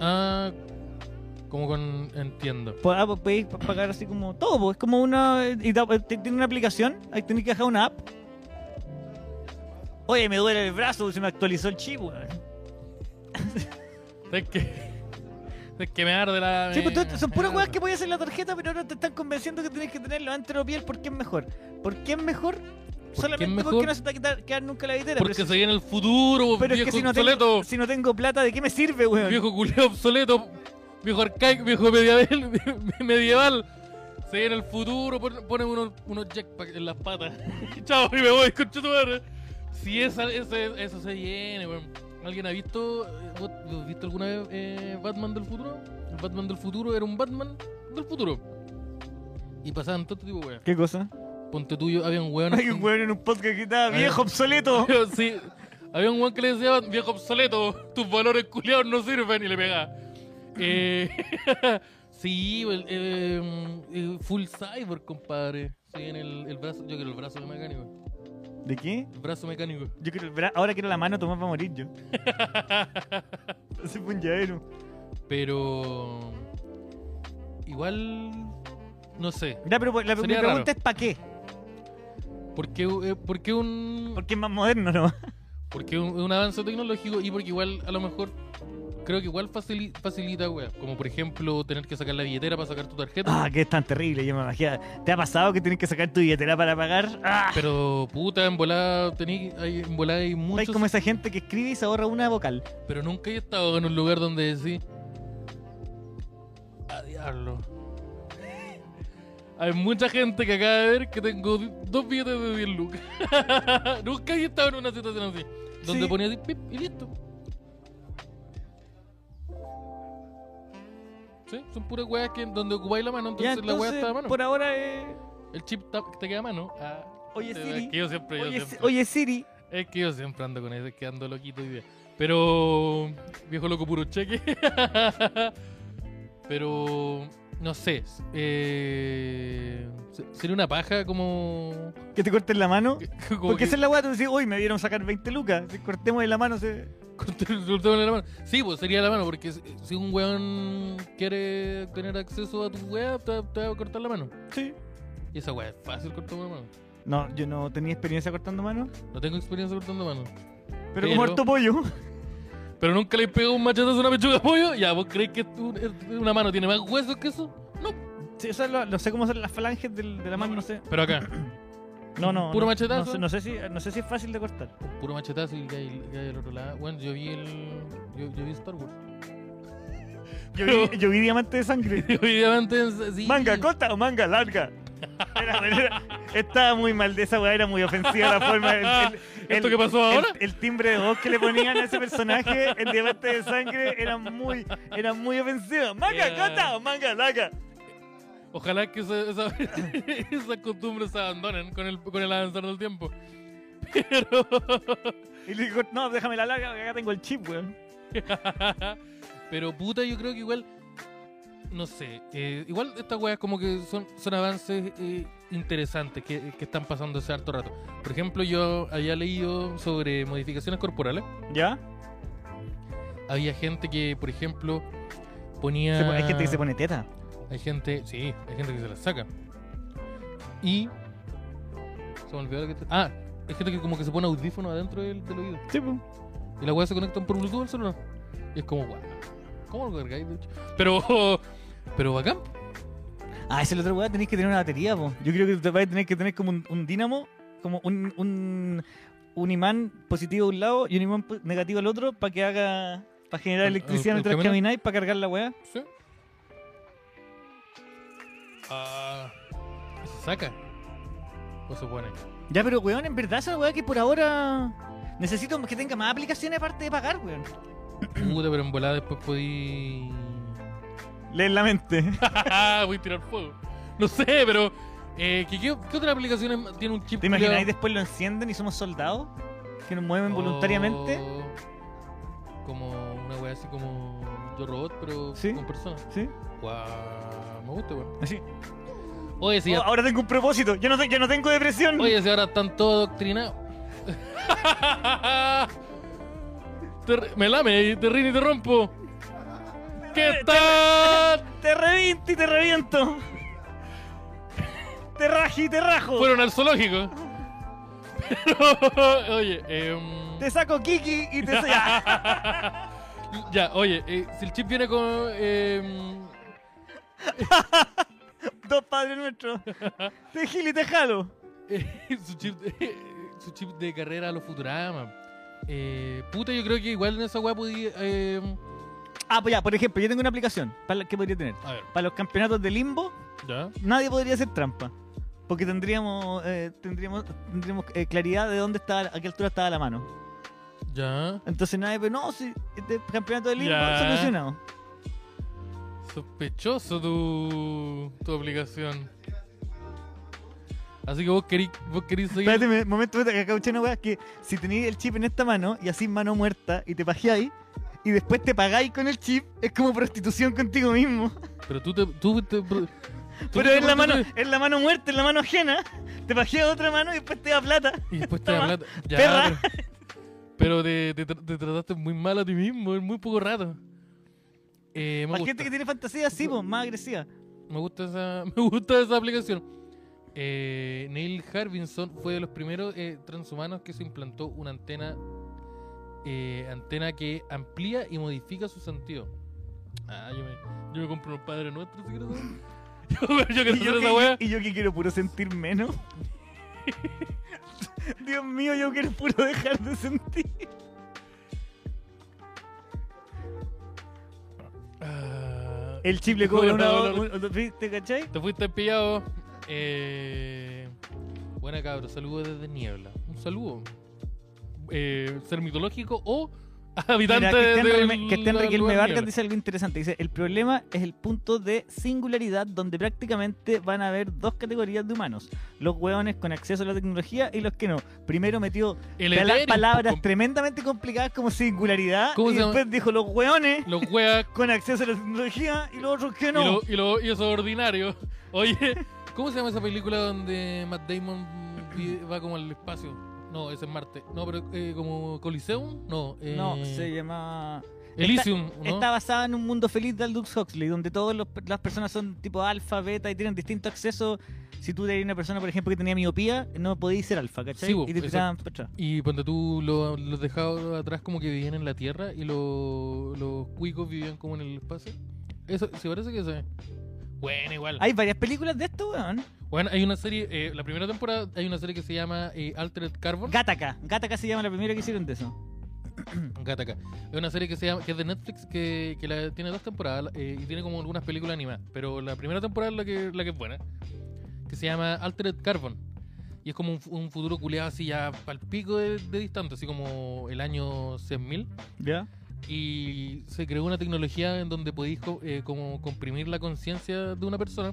A: Ah, como con. Entiendo.
B: Pues, ah, pues podéis pa- pagar así como todo, pues, es como una. y da- eh, te- tiene una aplicación, ahí tenéis que bajar una app. Oye, me duele el brazo, se me actualizó el chip, weón.
A: Es que. Es que me arde la.
B: Sí, pues
A: me-
B: tú- son puras
A: me
B: weas
A: arde.
B: que podías hacer en la tarjeta, pero ahora te están convenciendo que tienes que tenerlo antes de piel porque es mejor. ¿Por qué es mejor? Solamente
A: mejor?
B: porque no se te va a quitar- quedar nunca la billetera.
A: Porque
B: pero si-
A: se viene el futuro,
B: pero es
A: viejo
B: que si no,
A: obsoleto.
B: tengo, si no tengo plata, ¿de qué me sirve, weón?
A: Viejo culeo obsoleto. Viejo arcaico, viejo medieval. medieval. Se viene el futuro, pon- ponen unos, unos jetpacks en las patas. Chao, y me voy, concha tu madre. Si esa, ese- eso se viene, weón. ¿Alguien ha visto, eh, vos- vos has visto alguna vez eh, Batman del futuro? El Batman del futuro era un Batman del futuro. Y pasaban todo este tipo, de weón.
B: ¿Qué cosa?
A: Ponte tuyo, había un weón.
B: Hay un weón en un podcast que está
A: Había-
B: viejo, obsoleto.
A: Sí, había un weón que le decía, viejo obsoleto, tus valores culiados no sirven y le pegaba. Eh, sí, el, eh, eh, full cyber, compadre. Sí, en el, el brazo, yo quiero el brazo mecánico.
B: ¿De qué?
A: El brazo mecánico.
B: Yo quiero el bra- Ahora quiero la mano, Tomás va a morir yo. Ese fue un llavero.
A: Pero... Igual... No sé.
B: Ya, pero pues, la, mi
A: Sería
B: pregunta
A: raro.
B: es ¿para qué?
A: ¿Por qué, eh, por qué un...
B: Porque es más moderno, ¿no?
A: Porque es un, un avance tecnológico y porque igual, a lo mejor, creo que igual facili- facilita, weas. Como por ejemplo, tener que sacar la billetera para sacar tu tarjeta.
B: Ah, que es tan terrible, yo me imagino. ¿Te ha pasado que tienes que sacar tu billetera para pagar? Ah,
A: Pero puta, en volada tení, hay, en volada hay
B: hay
A: muchos.
B: como esa gente que escribe y se ahorra una vocal.
A: Pero nunca he estado en un lugar donde decís. A diablo. Hay mucha gente que acaba de ver que tengo di- dos billetes de 10 lucas. nunca he estado en una situación así. Donde
B: Sí.
A: ponía así, pip, y listo. Sí, son puras weas que donde ocupáis la mano, entonces,
B: Ya,
A: la wea
B: entonces,
A: está a mano.
B: por ahora eh,
A: El chip ta- te queda a mano. Ah,
B: Oye,
A: te-
B: Siri.
A: Es que yo siempre, yo
B: Oye, Si-
A: siempre.
B: oye, Siri,
A: Es que yo siempre ando con eso, es que ando loquito hoy día. Pero. Viejo loco puro cheque. Pero. No sé. eh, se- sería una paja como.
B: que te corten la mano.
A: como
B: Porque
A: que-
B: esa es la weá, tú decís, uy, me vieron sacar 20 lucas. Si cortemos de la mano, se...
A: cortándole la mano. Sí, pues sería la mano, porque si- si un weón quiere tener acceso a tu weá, te, te va a cortar la mano.
B: Sí.
A: Y esa weá es fácil cortar la mano.
B: No, yo no tenía experiencia cortando manos.
A: No tengo experiencia cortando mano.
B: Pero,
A: Pero-
B: como harto pollo.
A: Pero nunca le pegó un machetazo a una pechuga de pollo. Ya, ¿vos crees que un- una mano tiene más huesos que eso? No.
B: Sí, o sea, lo, lo sé cómo son las falanges del- de la mano, no sé.
A: Pero acá.
B: No, no.
A: Puro
B: no-
A: machetazo.
B: No, sé- no sé si, no sé si es fácil de cortar.
A: Con puro machetazo y cae, el- cae el otro lado. Bueno, yo vi el. Yo, yo vi Star Wars.
B: Yo
A: Pero-
B: vi, yo vi diamante de sangre.
A: Yo vi antes. Sí.
B: ¿Manga corta o manga larga? Era- era- estaba muy mal de esa weá, era muy ofensiva la forma. El, el-
A: ¿Esto
B: el-
A: que pasó
B: el-
A: ahora?
B: El, timbre de voz que le ponían a ese personaje en Diamante de Sangre era muy, era muy ofensivo. ¿Manga
A: Ya.
B: corta o manga larga?
A: Ojalá que esa- esa- esas costumbres se abandonen con el, con el avanzar del tiempo. Pero.
B: Y le dijo, no, déjame la larga, porque acá tengo el chip, weón.
A: Pero puta, yo creo que igual. No sé. eh, igual estas weas como que son, son avances eh, interesantes que, que están pasando hace harto rato. Por ejemplo, yo había leído sobre modificaciones corporales.
B: ¿Ya?
A: Había gente que, por ejemplo, ponía.
B: Se pone- pues, hay gente que se pone teta.
A: Hay gente, sí, hay gente que se las saca. Y. Se me olvidó lo que. te- Ah, hay gente que como que se pone audífono adentro del, del oído.
B: Sí, pues.
A: Y las weas se conectan por Bluetooth al celular. Y es como, guau. ¿Cómo lo cargáis, de hecho? Pero. Pero bacán.
B: Ah, ese es el otro weá, tenés que tener una batería, po. Yo creo que te vas a tener que tener como un, un dínamo, como un, un, un imán positivo a un lado y un imán po- negativo al otro para que haga. para generar
A: ¿Al- al- al
B: electricidad mientras
A: camino?
B: camináis para cargar la weá.
A: Sí. Ah. Se saca. O se pone.
B: Ya, pero weón, en verdad esa weá que por ahora. Necesito que tenga más aplicaciones aparte de pagar, weón.
A: Puta, pero en volada después podí.
B: Leer la mente.
A: Voy a tirar fuego. No sé, pero. eh, ¿qué, qué, qué otras aplicaciones tiene un chip?
B: ¿Te
A: culiao?
B: imagináis después lo encienden y somos soldados?
A: Oh.
B: Que nos mueven voluntariamente.
A: O Como una wea así como. Yo robot, pero
B: ¿Sí?
A: con personas.
B: ¿Sí?
A: Guau, me gusta, weón.
B: Así.
A: Oye, si
B: Oh,
A: ya,
B: ahora tengo un propósito. Yo no, te- yo no tengo depresión.
A: oye, si ahora están todos adoctrinados. Te re- me lame y te río y te rompo. ¿Qué tal?
B: Te reviento y te reviento. Te rajo y te rajo.
A: Fueron al zoológico. Pero, oye, em,
B: Te saco Kiki y te sa-
A: ya, oye, eh, si el chip viene con. em,
B: Dos padres nuestros. Te gil y te jalo.
A: Eh, su, chip de, su chip de carrera a los Futurama. Eh, puta, yo creo que igual en esa weá podía. eh,
B: Ah, pues ya, por ejemplo, yo tengo una aplicación. ¿Para la- ¿Qué podría tener?
A: a ver,
B: Para los campeonatos de limbo,
A: ya.
B: nadie podría hacer trampa. Porque tendríamos eh, tendríamos, tendríamos eh, claridad de dónde estaba, a qué altura estaba la mano.
A: Ya.
B: Entonces nadie, pero no, si este campeonato de limbo
A: Ya.
B: solucionado.
A: Sospechoso tu, tu aplicación. Así que vos querís, vos querís seguir.
B: Espérate, me- momento, espérate, que acá escuché una weá que si tenéis el chip en esta mano y así mano muerta y te pajeáis y después te pagáis con el chip, es como prostitución contigo mismo.
A: Pero tú te. Tú te tú
B: Pero
A: te-
B: es la mano, es la mano muerta, es la mano ajena, te pajeas otra mano y después te da plata.
A: Y después te da
B: Toma,
A: plata. Ya,
B: perra.
A: Pero, pero te, te tra- te trataste muy mal a ti mismo en muy poco rato. Eh, me
B: Para
A: gusta.
B: gente que tiene fantasía así, pues, más agresiva.
A: Me gusta esa, me gusta esa aplicación. Eh, Neil Harbinson fue de los primeros eh, transhumanos que se implantó una antena eh, antena que amplía y modifica su sentido. Ah, yo me, yo me compro un padre nuestro, si quieres saber. Yo, yo quiero
B: Y yo,
A: hacer esa
B: que,
A: wea.
B: y yo que quiero puro sentir menos. Dios mío, yo quiero puro dejar de sentir.
A: Ah,
B: El chip le
A: cobra
B: cobra
A: una
B: una
A: hora-
B: ¿Te cachai?
A: te fuiste pillado. Eh, buena cabros, saludos desde Niebla. Un saludo. Eh, ser mitológico o habitante
B: Mira, Cristian,
A: del
B: Reme- Cristian Riquelme
A: lugar Niebla.
B: Vargas dice algo interesante. Dice, el problema es el punto de singularidad donde prácticamente van a haber dos categorías de humanos. Los hueones con acceso a la tecnología y los que no. Primero metió
A: El
B: pala-
A: Ethereum,
B: palabras
A: po,
B: tremendamente complicadas como singularidad
A: ¿Cómo
B: y
A: se llama?
B: después dijo los hueones
A: Los weas
B: con acceso a la tecnología y los otros que
A: y,
B: no.
A: lo, y, lo- y eso ordinario. Oye, ¿cómo se llama esa película donde Matt Damon vi- va como al espacio? No, ese es Marte. No, pero eh, como Coliseum. No, eh,
B: No, se llama...
A: Elysium. ¿no?
B: Está basada en un mundo feliz de Aldous Huxley, donde todas los- las personas son tipo alfa, beta y tienen distinto acceso. Si tú eres una persona, por ejemplo, que tenía miopía, no podías ser alfa, ¿cachai?
A: Sí, bo,
B: y te tiraban para atrás.
A: Y cuando tú lo- los dejabas atrás como que vivían en la Tierra y lo- los cuicos vivían como en el espacio. Eso, se parece que se... Bueno, igual.
B: Hay varias películas de esto, weón.
A: Bueno, hay una serie, eh, la primera temporada hay una serie que se llama eh, Altered Carbon.
B: Gataca. Gataca se llama la primera que hicieron de eso.
A: Gataca. Es una serie que se llama, que es de Netflix, que, que la, tiene dos temporadas eh, y tiene como algunas películas animadas. Pero la primera temporada es la que, la que es buena, que se llama Altered Carbon. Y es como un, fu- un futuro culeado así ya al pico de, de distante, así como el año 100.000.
B: ¿Ya?
A: Y se creó una tecnología en donde podéis co- eh, como comprimir la conciencia de una persona,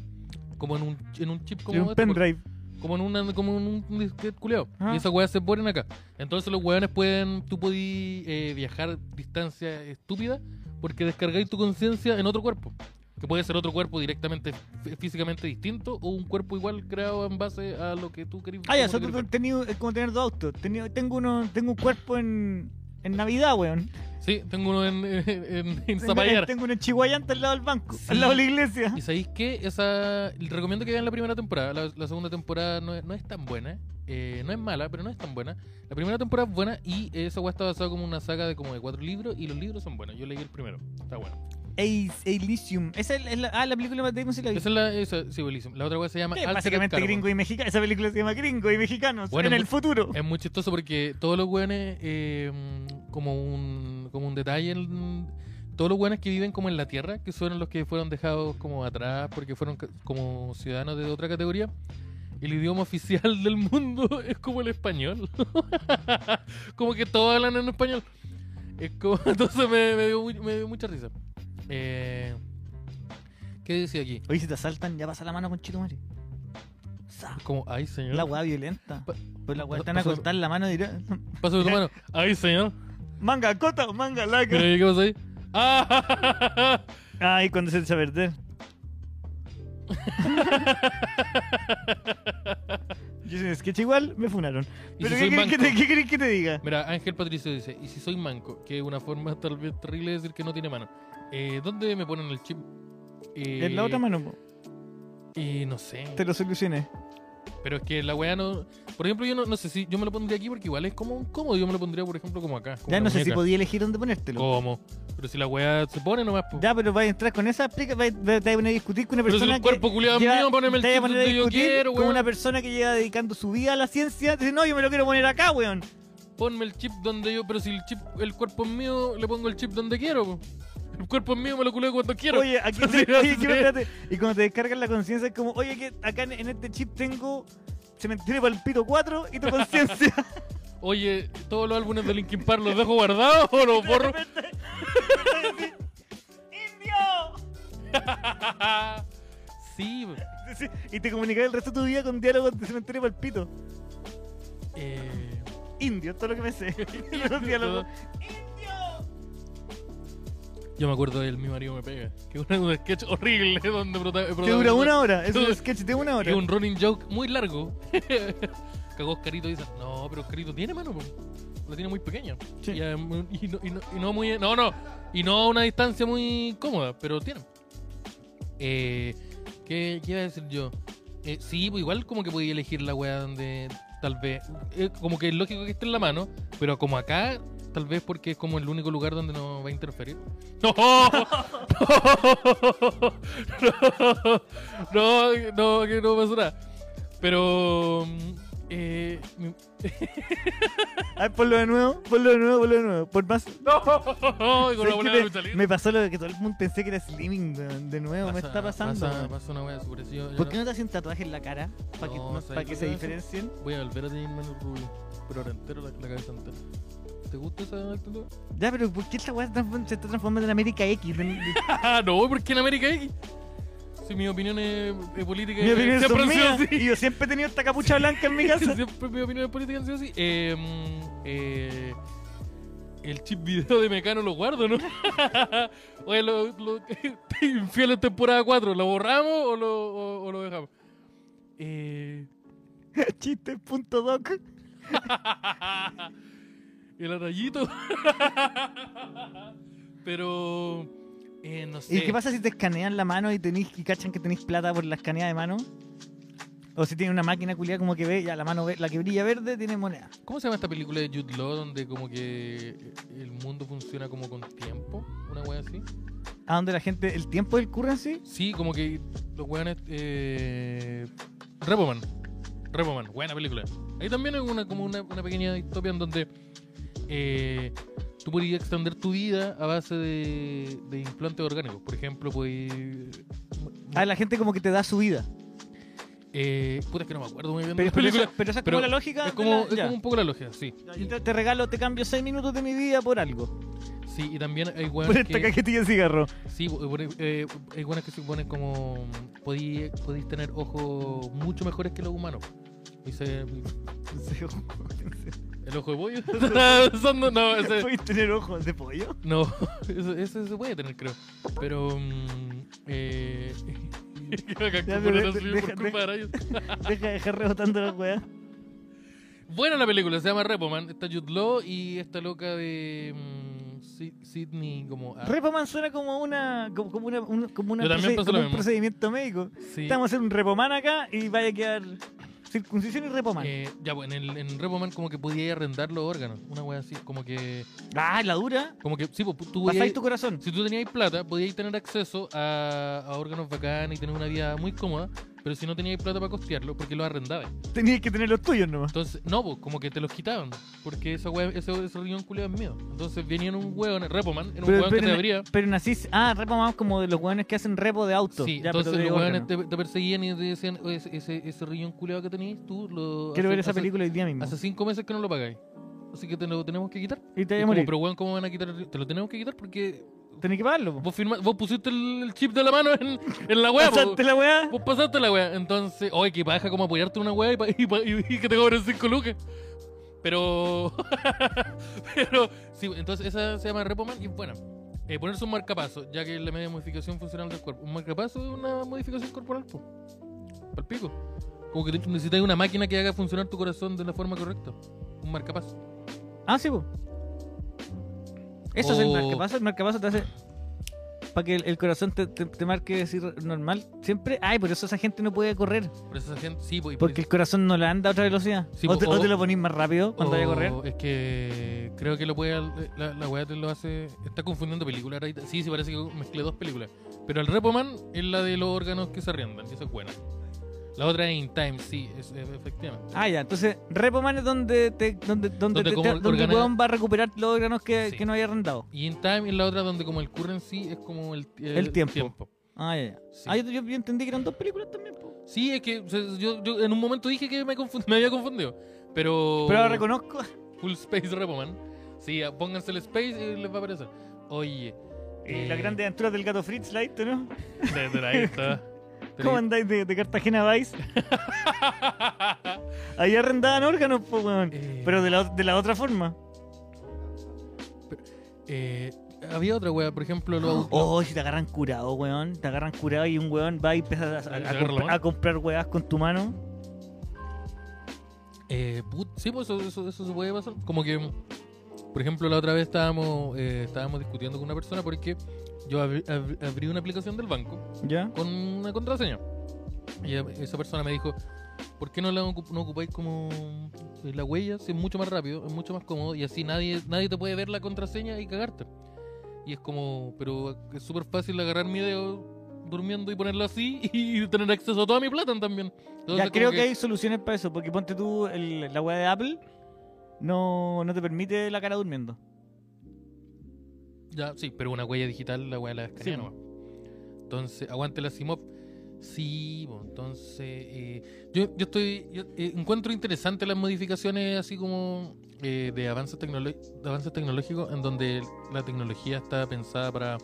A: como en un, en un chip como
B: un
A: este, por-
B: pendrive.
A: como en, una, como en un disquete culeado.
B: Ah.
A: Y esas weas se ponen acá. Entonces los weones pueden. Tú podís eh, viajar distancia estúpida porque descargáis tu conciencia en otro cuerpo. Que puede ser otro cuerpo directamente fí- físicamente distinto o un cuerpo igual creado en base a lo que tú querís.
B: Ah,
A: cómo
B: ya,
A: te
B: solo
A: querís ver.
B: tenido, es como tener dos autos. Tenido- tengo uno, tengo un cuerpo en, en Navidad, weón.
A: Sí, tengo uno en, en, en- en
B: Tengo-
A: Zapallar.
B: Tengo uno en Chihuayante al lado del banco,
A: Sí.
B: al lado de la iglesia.
A: ¿Y sabéis qué? Esa... les Recomiendo que vean la primera temporada. La, la segunda temporada no es, no es tan buena. Eh, no es mala, pero no es tan buena. La primera temporada es buena y esa weá está basada como en una saga de como de cuatro libros y los libros son buenos. Yo leí el primero. Está bueno.
B: Ace- Elysium. Esa es la, ah, la película de Matt Damon sí la vi.
A: Esa es la... Esa, sí, buenísimo. La otra weá se llama...
B: Sí,
A: Altered
B: básicamente
A: Carbon.
B: gringo y mexicano. Esa película se llama Gringo y Mexicanos.
A: Bueno,
B: en
A: es
B: el
A: mu-
B: futuro.
A: Es muy chistoso porque todos los weones, eh, mm, como un como un detalle, en- todos los weones que viven como en la tierra, que son los que fueron dejados como atrás porque fueron ca- como ciudadanos de otra categoría, el idioma oficial del mundo es como el español. como que todos hablan en español. Es como- entonces me, me dio, mu- me dio mucha risa. Eh, ¿Qué decía aquí?
B: Oye, si te asaltan, ya pasa la mano con Chito Mari.
A: Como, ay señor.
B: La weá violenta.
A: Pa-
B: Pues la weá
A: pa-
B: están a
A: pasó-
B: cortar la mano dirá.
A: Paso de tu mano. Ay señor.
B: Manga cota o manga laca.
A: Mira, ¿qué pasó ahí? Ah,
B: Ay, cuando se echa a perder. Yo soy un sketch igual, me funaron.
A: ¿Y
B: ¿Pero
A: si
B: qué
A: soy
B: querés que, te,
A: manco?
B: qué querés que te diga?
A: Mira, Ángel Patricio dice, ¿y si soy manco? Que es una forma tal vez terrible de decir que no tiene mano. Eh, ¿Dónde me ponen el chip? Eh,
B: En la otra mano, po.
A: Y no sé.
B: te lo solucioné.
A: Pero es que la weá no... Por ejemplo, yo no, no sé si yo me lo pondría aquí porque igual es como un cómodo. Yo me lo pondría, por ejemplo, como acá. como
B: Ya
A: en
B: no
A: la
B: sé si
A: muñeca.
B: podía elegir dónde ponértelo.
A: ¿Cómo? Pero si la weá se pone nomás... po.
B: Ya, pero vas a entrar con esa explica, vas vas- te vas a poner a discutir con una
A: Pero si
B: persona
A: el cuerpo culiado
B: lleva-
A: mío, poneme el
B: te vas a
A: chip
B: poner a
A: donde yo
B: discutir
A: quiero,
B: con
A: weón.
B: una persona que lleva dedicando su vida a la ciencia, te dice, no, yo me lo quiero poner acá, weón.
A: Ponme el chip donde yo... Pero si el chip, el cuerpo es mío, le pongo el chip donde quiero. po. El cuerpo es mío, me lo culeo cuando quiero.
B: Oye, aquí
A: Sí,
B: oye,
A: sí.
B: que- espérate. Y cuando te descargas la conciencia es como, oye, que acá en, en este chip tengo cementerio palpito 4 y tu conciencia.
A: Oye, todos los álbumes de Linkin Park los dejo guardados o los borro.
B: ¡Indio!
A: sí.
B: Sí, Y te comunicas el resto de tu vida con diálogos de cementerio palpito.
A: Eh,
B: Indio, todo lo que me sé. Los diálogos. ¡Indio!
A: yo me acuerdo del Mi Marido Me Pega, que es un sketch horrible donde prota-
B: Que dura
A: protagoniza-
B: una hora. Es un
A: Todo-
B: sketch de una
A: que
B: hora.
A: Es un running joke muy largo. Cagó Oscarito y dice, no, pero Oscarito tiene mano, po. la tiene muy pequeña.
B: Sí.
A: Y, eh, y no, y no- y no muy... No, no. Y no a una distancia muy cómoda, pero tiene. Eh, ¿qué, qué iba a decir yo? Eh, sí, pues igual como que podía elegir la weá donde tal vez... eh, como que es lógico que esté en la mano, pero como acá, tal vez porque es como el único lugar donde no va a interferir. ¡No! ¡No! No, no, que no pasó nada. Pero... mm, Eh, mi-
B: A ver, ponlo de nuevo, ponlo de nuevo, ponlo de nuevo. Por más.
A: no, y con la
B: ¿Sabes
A: bola
B: qué?
A: de lucha libre.
B: me pasó lo que todo el mundo pensé que era Slimming, weón. de nuevo me
A: Pasa-
B: está pasando.
A: Pasa,
B: weón.
A: pasa una wea súper sí, yo- yo
B: ¿Por
A: no-
B: qué no te hacen tatuajes en la cara? Para que,
A: No,
B: no-
A: ¿sabes
B: pa'
A: qué
B: que se
A: voy a hacer?
B: diferencien.
A: Voy a volver a tener menos rubio. Pero ahora entero la, la cabeza entera. ¿Te gusta esa actitud?
B: Ya, pero ¿por qué esta weá se transform- se está transformando en América X? De- de-
A: Ah, no, porque en América X. Si mi opinión es, es política.
B: mi opinión
A: eh, siempre
B: son
A: han sido
B: mías,
A: así.
B: Y yo siempre he tenido esta capucha blanca en mi casa.
A: Siempre mi opinión es política han sido así. Eh, mm, eh, el chip video de Mecano lo guardo, ¿no? Oye, lo, lo, infieles temporada 4, ¿lo borramos o lo, o- o lo dejamos? Eh.
B: Chiste.doc.
A: el arrayito. Pero. eh, no sé.
B: ¿Y qué pasa si te escanean la mano y tenés, y cachan que tenés plata por la escanea de mano? O si tiene una máquina culiada como que ve, ya la mano ve- la que brilla verde tiene moneda.
A: ¿Cómo se llama esta película de Jude Law donde como que eh, el mundo funciona como con tiempo? Una wea así.
B: A donde la gente, el tiempo del currency,
A: Sí, como que los weones. Eh, Repoman. Repoman, buena película. Ahí también es una, como una, una pequeña distopia en donde eh, tú podías extender tu vida a base de, de implantes orgánicos. Por ejemplo, podías.
B: a Ah, la gente como que te da su vida.
A: Eh, puta, es que no me acuerdo muy bien de
B: Pero,
A: la
B: pero
A: película.
B: esa, pero esa es
A: pero
B: como la lógica.
A: Es
B: de
A: como,
B: la-
A: es
B: ya.
A: como un poco la lógica, sí.
B: Yo te, te regalo, te cambio 6 minutos de mi vida por algo.
A: Sí, y también hay
B: Por
A: weones
B: esta
A: que,
B: cajetilla de cigarro.
A: sí, por- eh, hay weones que se ponen como podí- podéis tener ojos mucho mejores que los humanos. Dice el ojo de pollo. Estaba pensando- no, ese,
B: ¿Puedes tener ojos de pollo?
A: no, ese, ese se puede tener, creo. Pero mm, eh, que me
B: Ya,
A: calculo
B: pero
A: no
B: de-
A: soy
B: deja-
A: por culpa de
B: deja-
A: Arayos.
B: Deja de dejar rebotando la weá.
A: Buena la película, se llama Repoman. Está Jude Law y esta loca de mm, Sid- Sidney como... ah,
B: Repoman suena como una. como, como una. un- como una
A: Yo también pensé lo
B: como un
A: mismo.
B: procedimiento médico.
A: sí.
B: Estamos a hacer un repoman acá y vaya a quedar circuncisión y repoman.
A: Eh, ya, pues en, el, en Repoman como que podías arrendar los órganos. Una wea así, como que...
B: ah, la dura.
A: Como que, sí, pues tú podías-
B: Pasáis tu corazón.
A: Si tú tenías plata, podías tener acceso a, a órganos bacanes y tener una vida muy cómoda, pero si no tenías plata para costearlo, porque los arrendabas.
B: Tenías que tener los tuyos nomás.
A: Entonces, no, pues como que te los quitaban, porque esa wea, ese, ese riñón culiado es mío. Entonces venían un hueón, Repoman, era un hueón que te abría.
B: pero nacís. Ah, repoman como de los hueones que hacen repo de auto.
A: Sí,
B: Ya, pero
A: entonces
B: de
A: los
B: órgano.
A: hueones te, te perseguían y te decían, "Oye, ese, ese, ese riñón culiado que tenías, tú lo... hace-
B: Quiero ver esa
A: hace-
B: película hoy día mismo.
A: Hace cinco meses que no lo pagáis. Así que te lo tenemos que quitar.
B: Y te
A: Y
B: voy a
A: como,
B: morir.
A: pero weón, ¿cómo van a quitar? el- Te lo tenemos que quitar porque
B: Tenés que pagarlo. po.
A: vos, firma- vos pusiste el, el chip de la mano en, en la weá. po.
B: Pasaste la weá.
A: Vos pasaste la weá. Entonces, oye, que paja como apoyarte una weá y, pa- y pa- y- y que te cobren 5 lucas. Pero. pero. Sí, entonces esa se llama Repoman y es buena. Eh, ponerse un marcapaso, ya que es la media modificación funcional del cuerpo. Un marcapaso es una modificación corporal, po. Pal pico. Como que te- necesitas una máquina que haga funcionar tu corazón de la forma correcta. Un marcapaso.
B: Ah, sí, po. Eso es el
A: O-
B: marcapaso. El marcapaso te hace. Para que el, el corazón te, te, te marque decir normal. Siempre. Ay, por eso esa gente no puede correr.
A: Por eso esa gente. Sí, po, y por
B: Porque el corazón no le anda a otra velocidad.
A: Sí,
B: o,
A: po,
B: te, o
A: o-
B: te lo ponís más rápido cuando vaya a
A: O
B: correr.
A: Es que creo que lo puede. eh, La, la weá te lo hace. Está confundiendo películas. Raita. Sí, sí, parece que mezclé dos películas. Pero el Repoman es la de los órganos que se arriendan. Y eso es buena. La otra es In Time, sí, es- es- efectivamente.
B: Ah, ya. Entonces, Repoman es donde, te, donde, donde,
A: Donde
B: te-
A: como
B: te- donde el
A: organa-
B: weón va a recuperar los órganos que,
A: Sí.
B: que no había arrendado.
A: Y In Time es la otra donde, como el currency, es como el,
B: El tiempo. Ah, ya. ya.
A: Sí.
B: Ah, yo, yo- yo entendí que eran dos películas también. po.
A: Sí, es que o sea, yo, yo en un momento dije que me, confund- me había confundido. Pero.
B: Pero ahora reconozco.
A: Full Space Repoman. Sí, pónganse el Space y les va a aparecer. Oye.
B: Eh, Las grandes aventuras del gato Fritz, ¿la viste, no?
A: Desde la esta.
B: ¿Cómo andáis de, de Cartagena Vice? Ahí arrendaban órganos, po, weón.
A: Eh.
B: Pero de la, de la otra forma.
A: Eh, había otra wea, por ejemplo, los
B: Oh, si te agarran curado, weón. Te agarran curado y un weón va y empieza a, a-
A: ¿A
B: a
A: sacarlo,
B: compra-
A: no?
B: a comprar weas con tu mano.
A: eh, put- sí, pues eso, eso, eso se puede pasar. Como que, por ejemplo, la otra vez estábamos, eh, estábamos discutiendo con una persona porque yo abrí, abrí- abrí una aplicación del banco
B: ¿Ya?
A: con una contraseña. Y a- esa persona me dijo, ¿por qué no la ocu- no ocupáis como eh, la huella? Si es mucho más rápido, es mucho más cómodo y así nadie, nadie te puede ver la contraseña y cagarte. Y es como, pero es súper fácil agarrar mi dedo durmiendo y ponerlo así y tener acceso a toda mi plata también. Entonces,
B: Ya
A: como
B: creo que... hay soluciones para eso, porque ponte tú el- la wea de Apple. No, no te permite la cara durmiendo.
A: Ya, sí, pero una huella digital, la huella la escanea
B: Sí,
A: nomás. Entonces, aguante la Simov. Sí, po, entonces. eh, yo, yo estoy. yo, eh, encuentro interesante las modificaciones así como eh, de, avances tecnolo- de avances tecnológicos, en donde la tecnología está pensada para,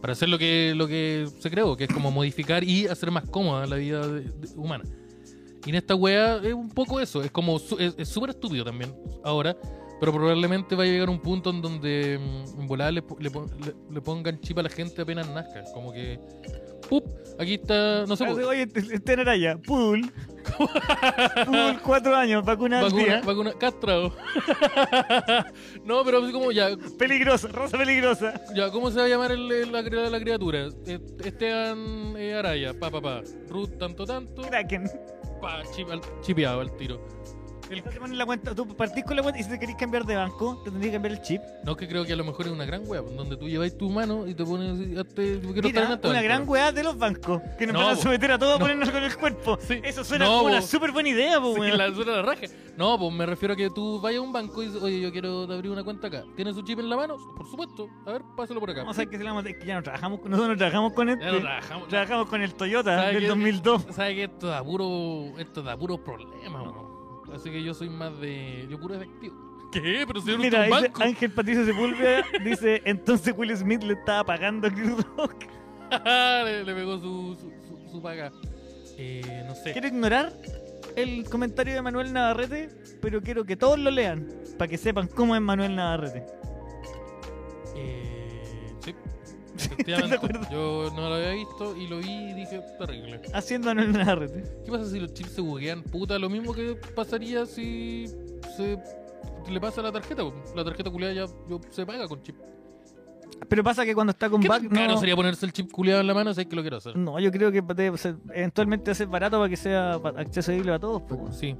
A: para hacer lo que, lo que se creó, que es como modificar y hacer más cómoda la vida de- de- humana. Y en esta wea es un poco eso, es como. su- es es súper estúpido también ahora. Pero probablemente va a llegar un punto en donde mm, en volada le, po- le pon- le- le pongan chip a la gente apenas nazca. Como que. ¡Pup! Aquí está. No sé.
B: Ah, sí,
A: po-
B: Oye, está en Araya, Pudul. Pudul, cuatro años, vacuna al
A: Vacuna,
B: día.
A: vacuna, castrado. no, pero así como ya,
B: Peligrosa, rosa peligrosa.
A: ya, ¿cómo se va a llamar el- el- la, cri- la criatura? Est- Esteban eh, Araya, pa, pa, pa. Ruth, tanto, tanto.
B: Kraken.
A: Pa, chip, al, chipeado al tiro. El-
B: Te ponen la cuenta, tú partís con la cuenta y si te querés cambiar de banco, te tendrías que cambiar el chip.
A: no, que creo que a lo mejor es una gran web, donde tú lleváis tu mano y te pones. así, hazte- quiero estar en
B: Mira,
A: esta
B: una
A: banca.
B: gran weá de los bancos que nos
A: No,
B: van a
A: po.
B: someter a todos
A: No.
B: a ponernos con el cuerpo.
A: Sí.
B: Eso suena
A: No,
B: como una
A: po.
B: súper buena idea, po,
A: Sí,
B: weón.
A: la suena la raja. No, pues me refiero a que tú vayas a un banco y dices, oye, yo quiero abrir una cuenta acá. ¿Tienes su chip en la mano? Por supuesto. A ver, pásalo por acá.
B: Vamos a ver que se la vamos a- es que ya no trabajamos, con- nosotros no trabajamos con este.
A: Ya lo trabajamos.
B: Trabajamos con el Toyota
A: ¿Sabe
B: del
A: qué?
B: 2002.
A: ¿Sabes que esto da puro, esto da puro problema, bro? Así que yo soy más de. Yo puro efectivo. ¿Qué? Pero si yo no estoy
B: Mira,
A: en un
B: dice
A: banco.
B: Ángel Patricio Sepúlveda dice, entonces Will Smith le estaba pagando a Chris Rock.
A: le, le pegó su, su, su- su paga. Eh, no sé.
B: Quiero ignorar el comentario de Manuel Navarrete, pero quiero que todos lo lean para que sepan cómo es Manuel Navarrete.
A: Eh, sí.
B: ¿Estás de
A: Efectivamente.
B: acuerdo?
A: Yo no lo había visto y lo vi y dije, terrible.
B: Haciendo Manuel Navarrete.
A: ¿Qué pasa si los chips se buguean? Puta, lo mismo que pasaría si se le pasa la tarjeta. po. La tarjeta culiada ya yo- se paga con chip.
B: Pero pasa que cuando está con
A: ¿Qué
B: back
A: tan caro
B: no,
A: sería ponerse el chip culiado en la mano? Sé que lo quiero hacer.
B: no, yo creo que debe ser- eventualmente va a ser barato para que sea pa- accesible a todos. po.
A: Sí.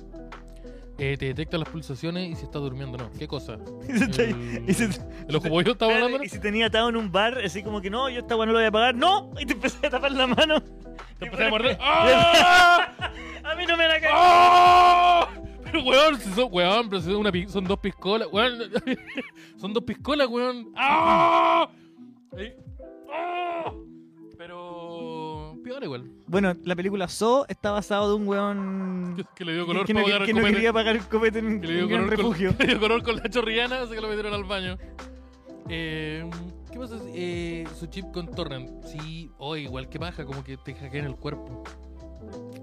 A: Eh, te detecta las pulsaciones y si estás durmiendo no. ¿Qué cosa?
B: Y se está-
A: El-
B: y se-
A: ¿Los cogollos estaba hablando?
B: Y si tenía atado en un bar, así como que no, yo esta weá no lo voy a pagar, ¡no! Y te empecé a tapar la mano.
A: Te
B: Y
A: empecé a
B: por-
A: morder. ¡Ah!
B: ¡A mí no me la cagué!
A: ¡Ah! Pero weón, si son, weón, pero si son, una pi- son dos piscolas, weón. son dos piscolas, weón. ¡Ah! Ahí. ¡Ah! Pero. Peor igual.
B: Bueno, la película So está basada de un
A: Que,
B: weón
A: que le dio color
B: que,
A: para
B: no,
A: pagar
B: que
A: el
B: no
A: copete.
B: quería pagar el copete en,
A: Que le dio
B: en un
A: color
B: refugio.
A: Con, le dio color con la chorriana, así que lo metieron al baño. Eh, ¿Qué pasa? si- Eh, su chip con Torrent. Sí, oh, igual que baja, como que te hackean el cuerpo.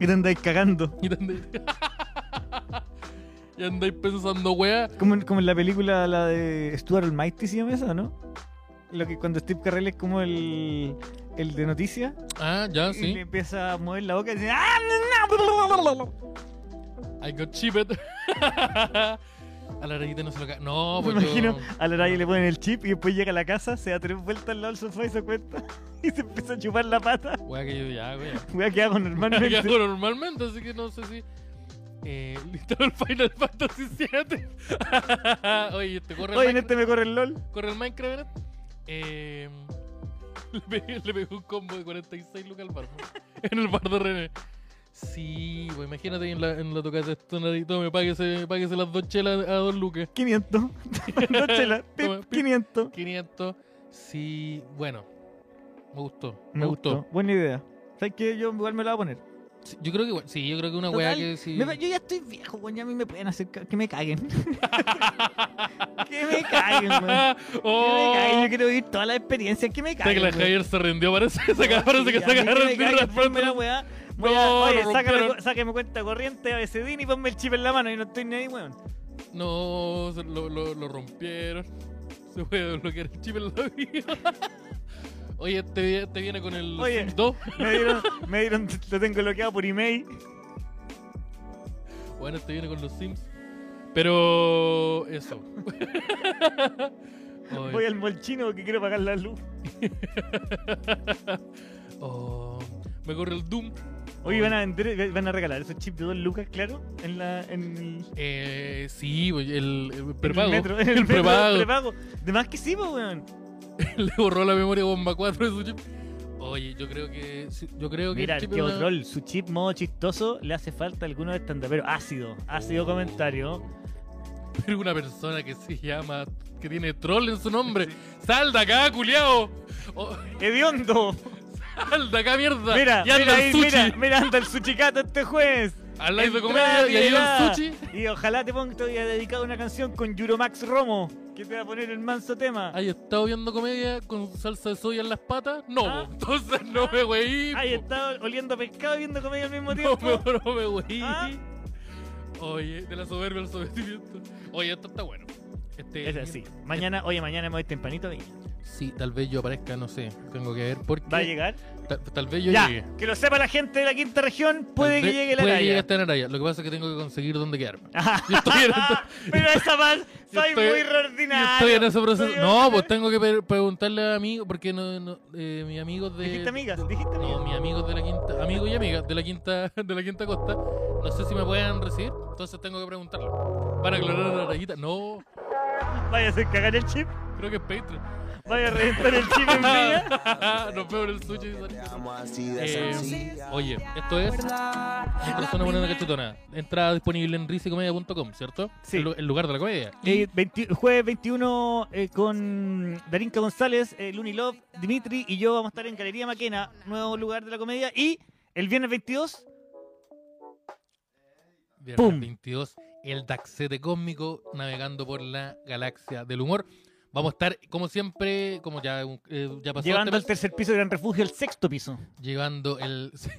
B: Y te andáis cagando.
A: Y andáis, y andáis pensando, wea.
B: Como en, como en la película, la de Stuart Almighty, ¿sí llama esa, no? lo que cuando Steve Carrell es como el, el de noticias
A: Ah, ya,
B: y le
A: sí.
B: empieza a mover la boca y dice ¡Ah, no!
A: I got chipped. A la rayita no se lo cae. No,
B: Me
A: pues yo-
B: imagino a la raya le ponen el chip y después llega a la casa, se da tres vueltas al lado del sofá y se cuenta y se empieza a chupar la pata.
A: Wea que yo ya, wea.
B: Wea, ¿qué hago normalmente?
A: que hago normalmente, así que no sé si. Eh, listo el Final Fantasy VII. Oye, te corre el,
B: Oye,
A: Minecraft,
B: en este me corre el LOL.
A: corre el Minecraft, ¿verdad? Eh, le, pegué, le pegué un combo de 46 lucas al bar. en el bar de René. Sí, pues imagínate en la, en la tocata de Tonadito me páguese, páguese las dos chelas a dos lucas.
B: 500. Dos chelas. Pip,
A: Toma, pip.
B: 500.
A: 500. Sí, bueno. Me gustó. Me,
B: Me
A: gustó.
B: gustó. Buena idea. ¿Sabes qué? Yo igual me la voy a poner.
A: Sí, yo creo que igual- sí, yo creo que una
B: Total,
A: wea que sí.
B: me va- yo ya estoy viejo, weón. Ya a mí me pueden hacer ca- que me caguen. que me caguen, weón. Que
A: Oh.
B: me caguen. Yo quiero vivir toda la experiencia. Que me caguen.
A: Tecla
B: weón.
A: Javier se rindió, parece que se
B: No,
A: parece
B: Oh, sí,
A: que
B: a
A: se
B: mí
A: agarraron
B: me
A: el
B: caguen,
A: tiro al
B: ponme la
A: frente.
B: weá.
A: No,
B: Voy a-
A: lo
B: oye, sácame,
A: rompieron.
B: sáqueme cuenta corriente a BCDIN y ponme el chip en la mano y no estoy ni ahí, weón.
A: No, se- lo, lo, lo rompieron. Se puede desbloquear el chip en la vida. Oye, te, vi- te viene con el
B: Oye.
A: 2.
B: Me dieron, me dieron, lo tengo bloqueado por email.
A: Bueno, este viene con los Sims. Pero eso. Oye.
B: Voy al molchino porque quiero pagar la luz.
A: Oh, me corre el Doom.
B: Hoy van a vender, van a regalar esos chips de dos lucas, claro, en la, en el,
A: Eh, sí, el, el
B: en el
A: prepago.
B: metro, en el, metro,
A: prepago.
B: prepago. De más que sí, pues, weón.
A: Le borró la memoria bomba 4 de su chip. Oye, yo creo que. sí, Yo creo que. el
B: Mira,
A: chip
B: que
A: es una-
B: troll, su chip modo chistoso le hace falta a algunos estandaperos. Ácido, ácido comentario.
A: Pero una persona que se llama, que tiene troll en su nombre. ¡Sal de acá, culiao! Oh,
B: ¡Hediondo!
A: ¡Sal de acá, mierda!
B: Mira,
A: y anda
B: mira,
A: el
B: ahí,
A: sushi.
B: mira, mira, anda el suchicato este juez.
A: Al live de
B: Entrada
A: comedia y ahí va el
B: liberada.
A: sushi.
B: Y ojalá te ponga, te haya dedicado una canción con Yuromax Romo, que te va a poner el manso tema.
A: ¿Hay estado viendo comedia con salsa de soya en las patas? No,
B: Ah.
A: po. entonces no me weí.
B: Ahí
A: po.
B: está oliendo pescado y viendo comedia al mismo
A: No
B: tiempo.
A: me, no me weí.
B: Ah.
A: Oye, de la soberbia al sometimiento. Oye, esto está bueno. Este,
B: Es así. Mañana, oye, mañana me voy tempanito. y
A: Sí, tal vez yo aparezca, no sé. Tengo que ver porque.
B: ¿Va a llegar?
A: Tal, tal vez yo
B: ya,
A: llegue.
B: que lo sepa la gente de la quinta región, puede
A: Tal
B: que
A: vez-
B: llegue la
A: Puede que llegue
B: raya.
A: hasta en Araya. Lo que pasa es que tengo que conseguir dónde quedarme. Yo estoy en esta-
B: Ah, Pero esa más, soy
A: estoy-
B: muy
A: Yo
B: ordinaria.
A: estoy en ese proceso. No, pues tengo que pe- preguntarle a amigos, porque no, no, eh, mis amigos de.
B: Dijiste amigas, dijiste amigas.
A: No, mis amigos de la quinta, amigos y amigas de la quinta, de la quinta costa, no sé si me pueden recibir, entonces tengo que preguntarle. ¿Van a aclarar la rayita? No,
B: Vaya a hacer cagar el chip,
A: creo que es Patreon.
B: vaya a reventar el chip en media. Ah.
A: Nos vemos en el sushi. dice.
E: así
A: Eh, oye, esto es Persona Morena Cachetona. Entrada disponible en risicomedia.com, ¿cierto?
B: Sí.
A: El, lu- el lugar de la comedia.
B: Eh, 20 jueves 21 eh, con Darinka González, eh, Luni Love, Dimitri y yo vamos a estar en Galería Maquena, nuevo lugar de la comedia. Y el viernes 22,
A: Viernes
B: ¡Pum!
A: 22, el Daxete Cósmico navegando por la galaxia del humor. Vamos a estar, como siempre, como ya, eh, ya pasó
B: llevando al
A: este mes,
B: tercer piso de Gran Refugio, al sexto piso.
A: llevando el sí,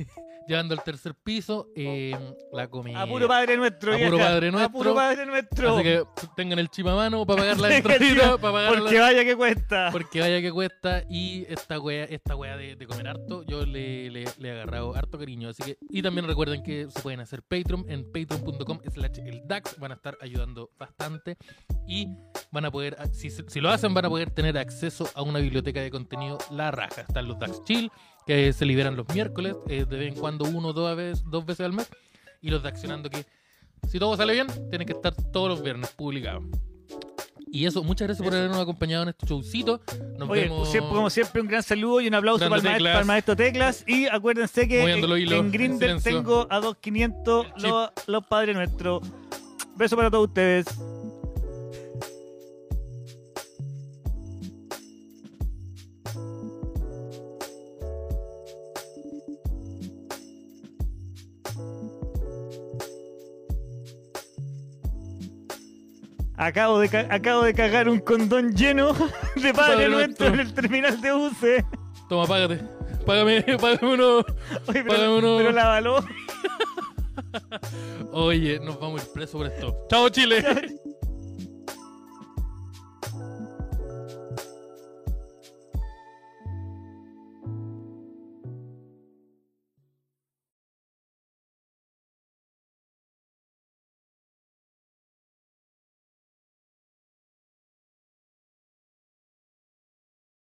A: llevando al tercer piso eh, la comedia.
B: A puro Padre Nuestro.
A: A puro
B: vieja.
A: Padre
B: A puro
A: Nuestro.
B: Padre Nuestro.
A: Así que tengan el chip a mano para pagar la
B: Tenga el chip,
A: entradita, para pagar la-
B: Porque vaya que cuesta.
A: Porque vaya que cuesta y esta wea, esta wea de, de comer harto, yo le, le- le he agarrado harto cariño. Así que, y también recuerden que se pueden hacer Patreon en patreon.com slash el DAX. Van a estar ayudando bastante. Y van a poder, ah, si, se- si lo hacen, van a poder tener acceso a una biblioteca de contenido la raja. Están los DAX Chill, que se liberan los miércoles, eh, de vez en cuando uno o dos veces, dos veces al mes. Y los de accionando que, si todo sale bien, tienen que estar todos los viernes publicados. Y eso, muchas gracias por habernos acompañado en este showcito. Nos
B: Oye,
A: vemos.
B: siempre- como siempre, un gran saludo y un aplauso para
A: Grande
B: el, maest-
A: Teclas.
B: para el maestro Teclas. Y acuérdense que
A: Moviendo
B: en,
A: los hilos,
B: en Grindr
A: en silencio.
B: tengo a 2500
A: El chip.
B: los, los Padre Nuestro. Beso para todos ustedes. Acabo de, ca- acabo de cagar un condón lleno de Padre
A: Padre
B: Nuestro en
A: Nuestro.
B: el terminal de buses.
A: Toma, págate. Págame, págame uno. Págame
B: Oye, pero,
A: uno.
B: pero la baló.
A: Oye, nos vamos a ir presos por esto. Chao, Chile.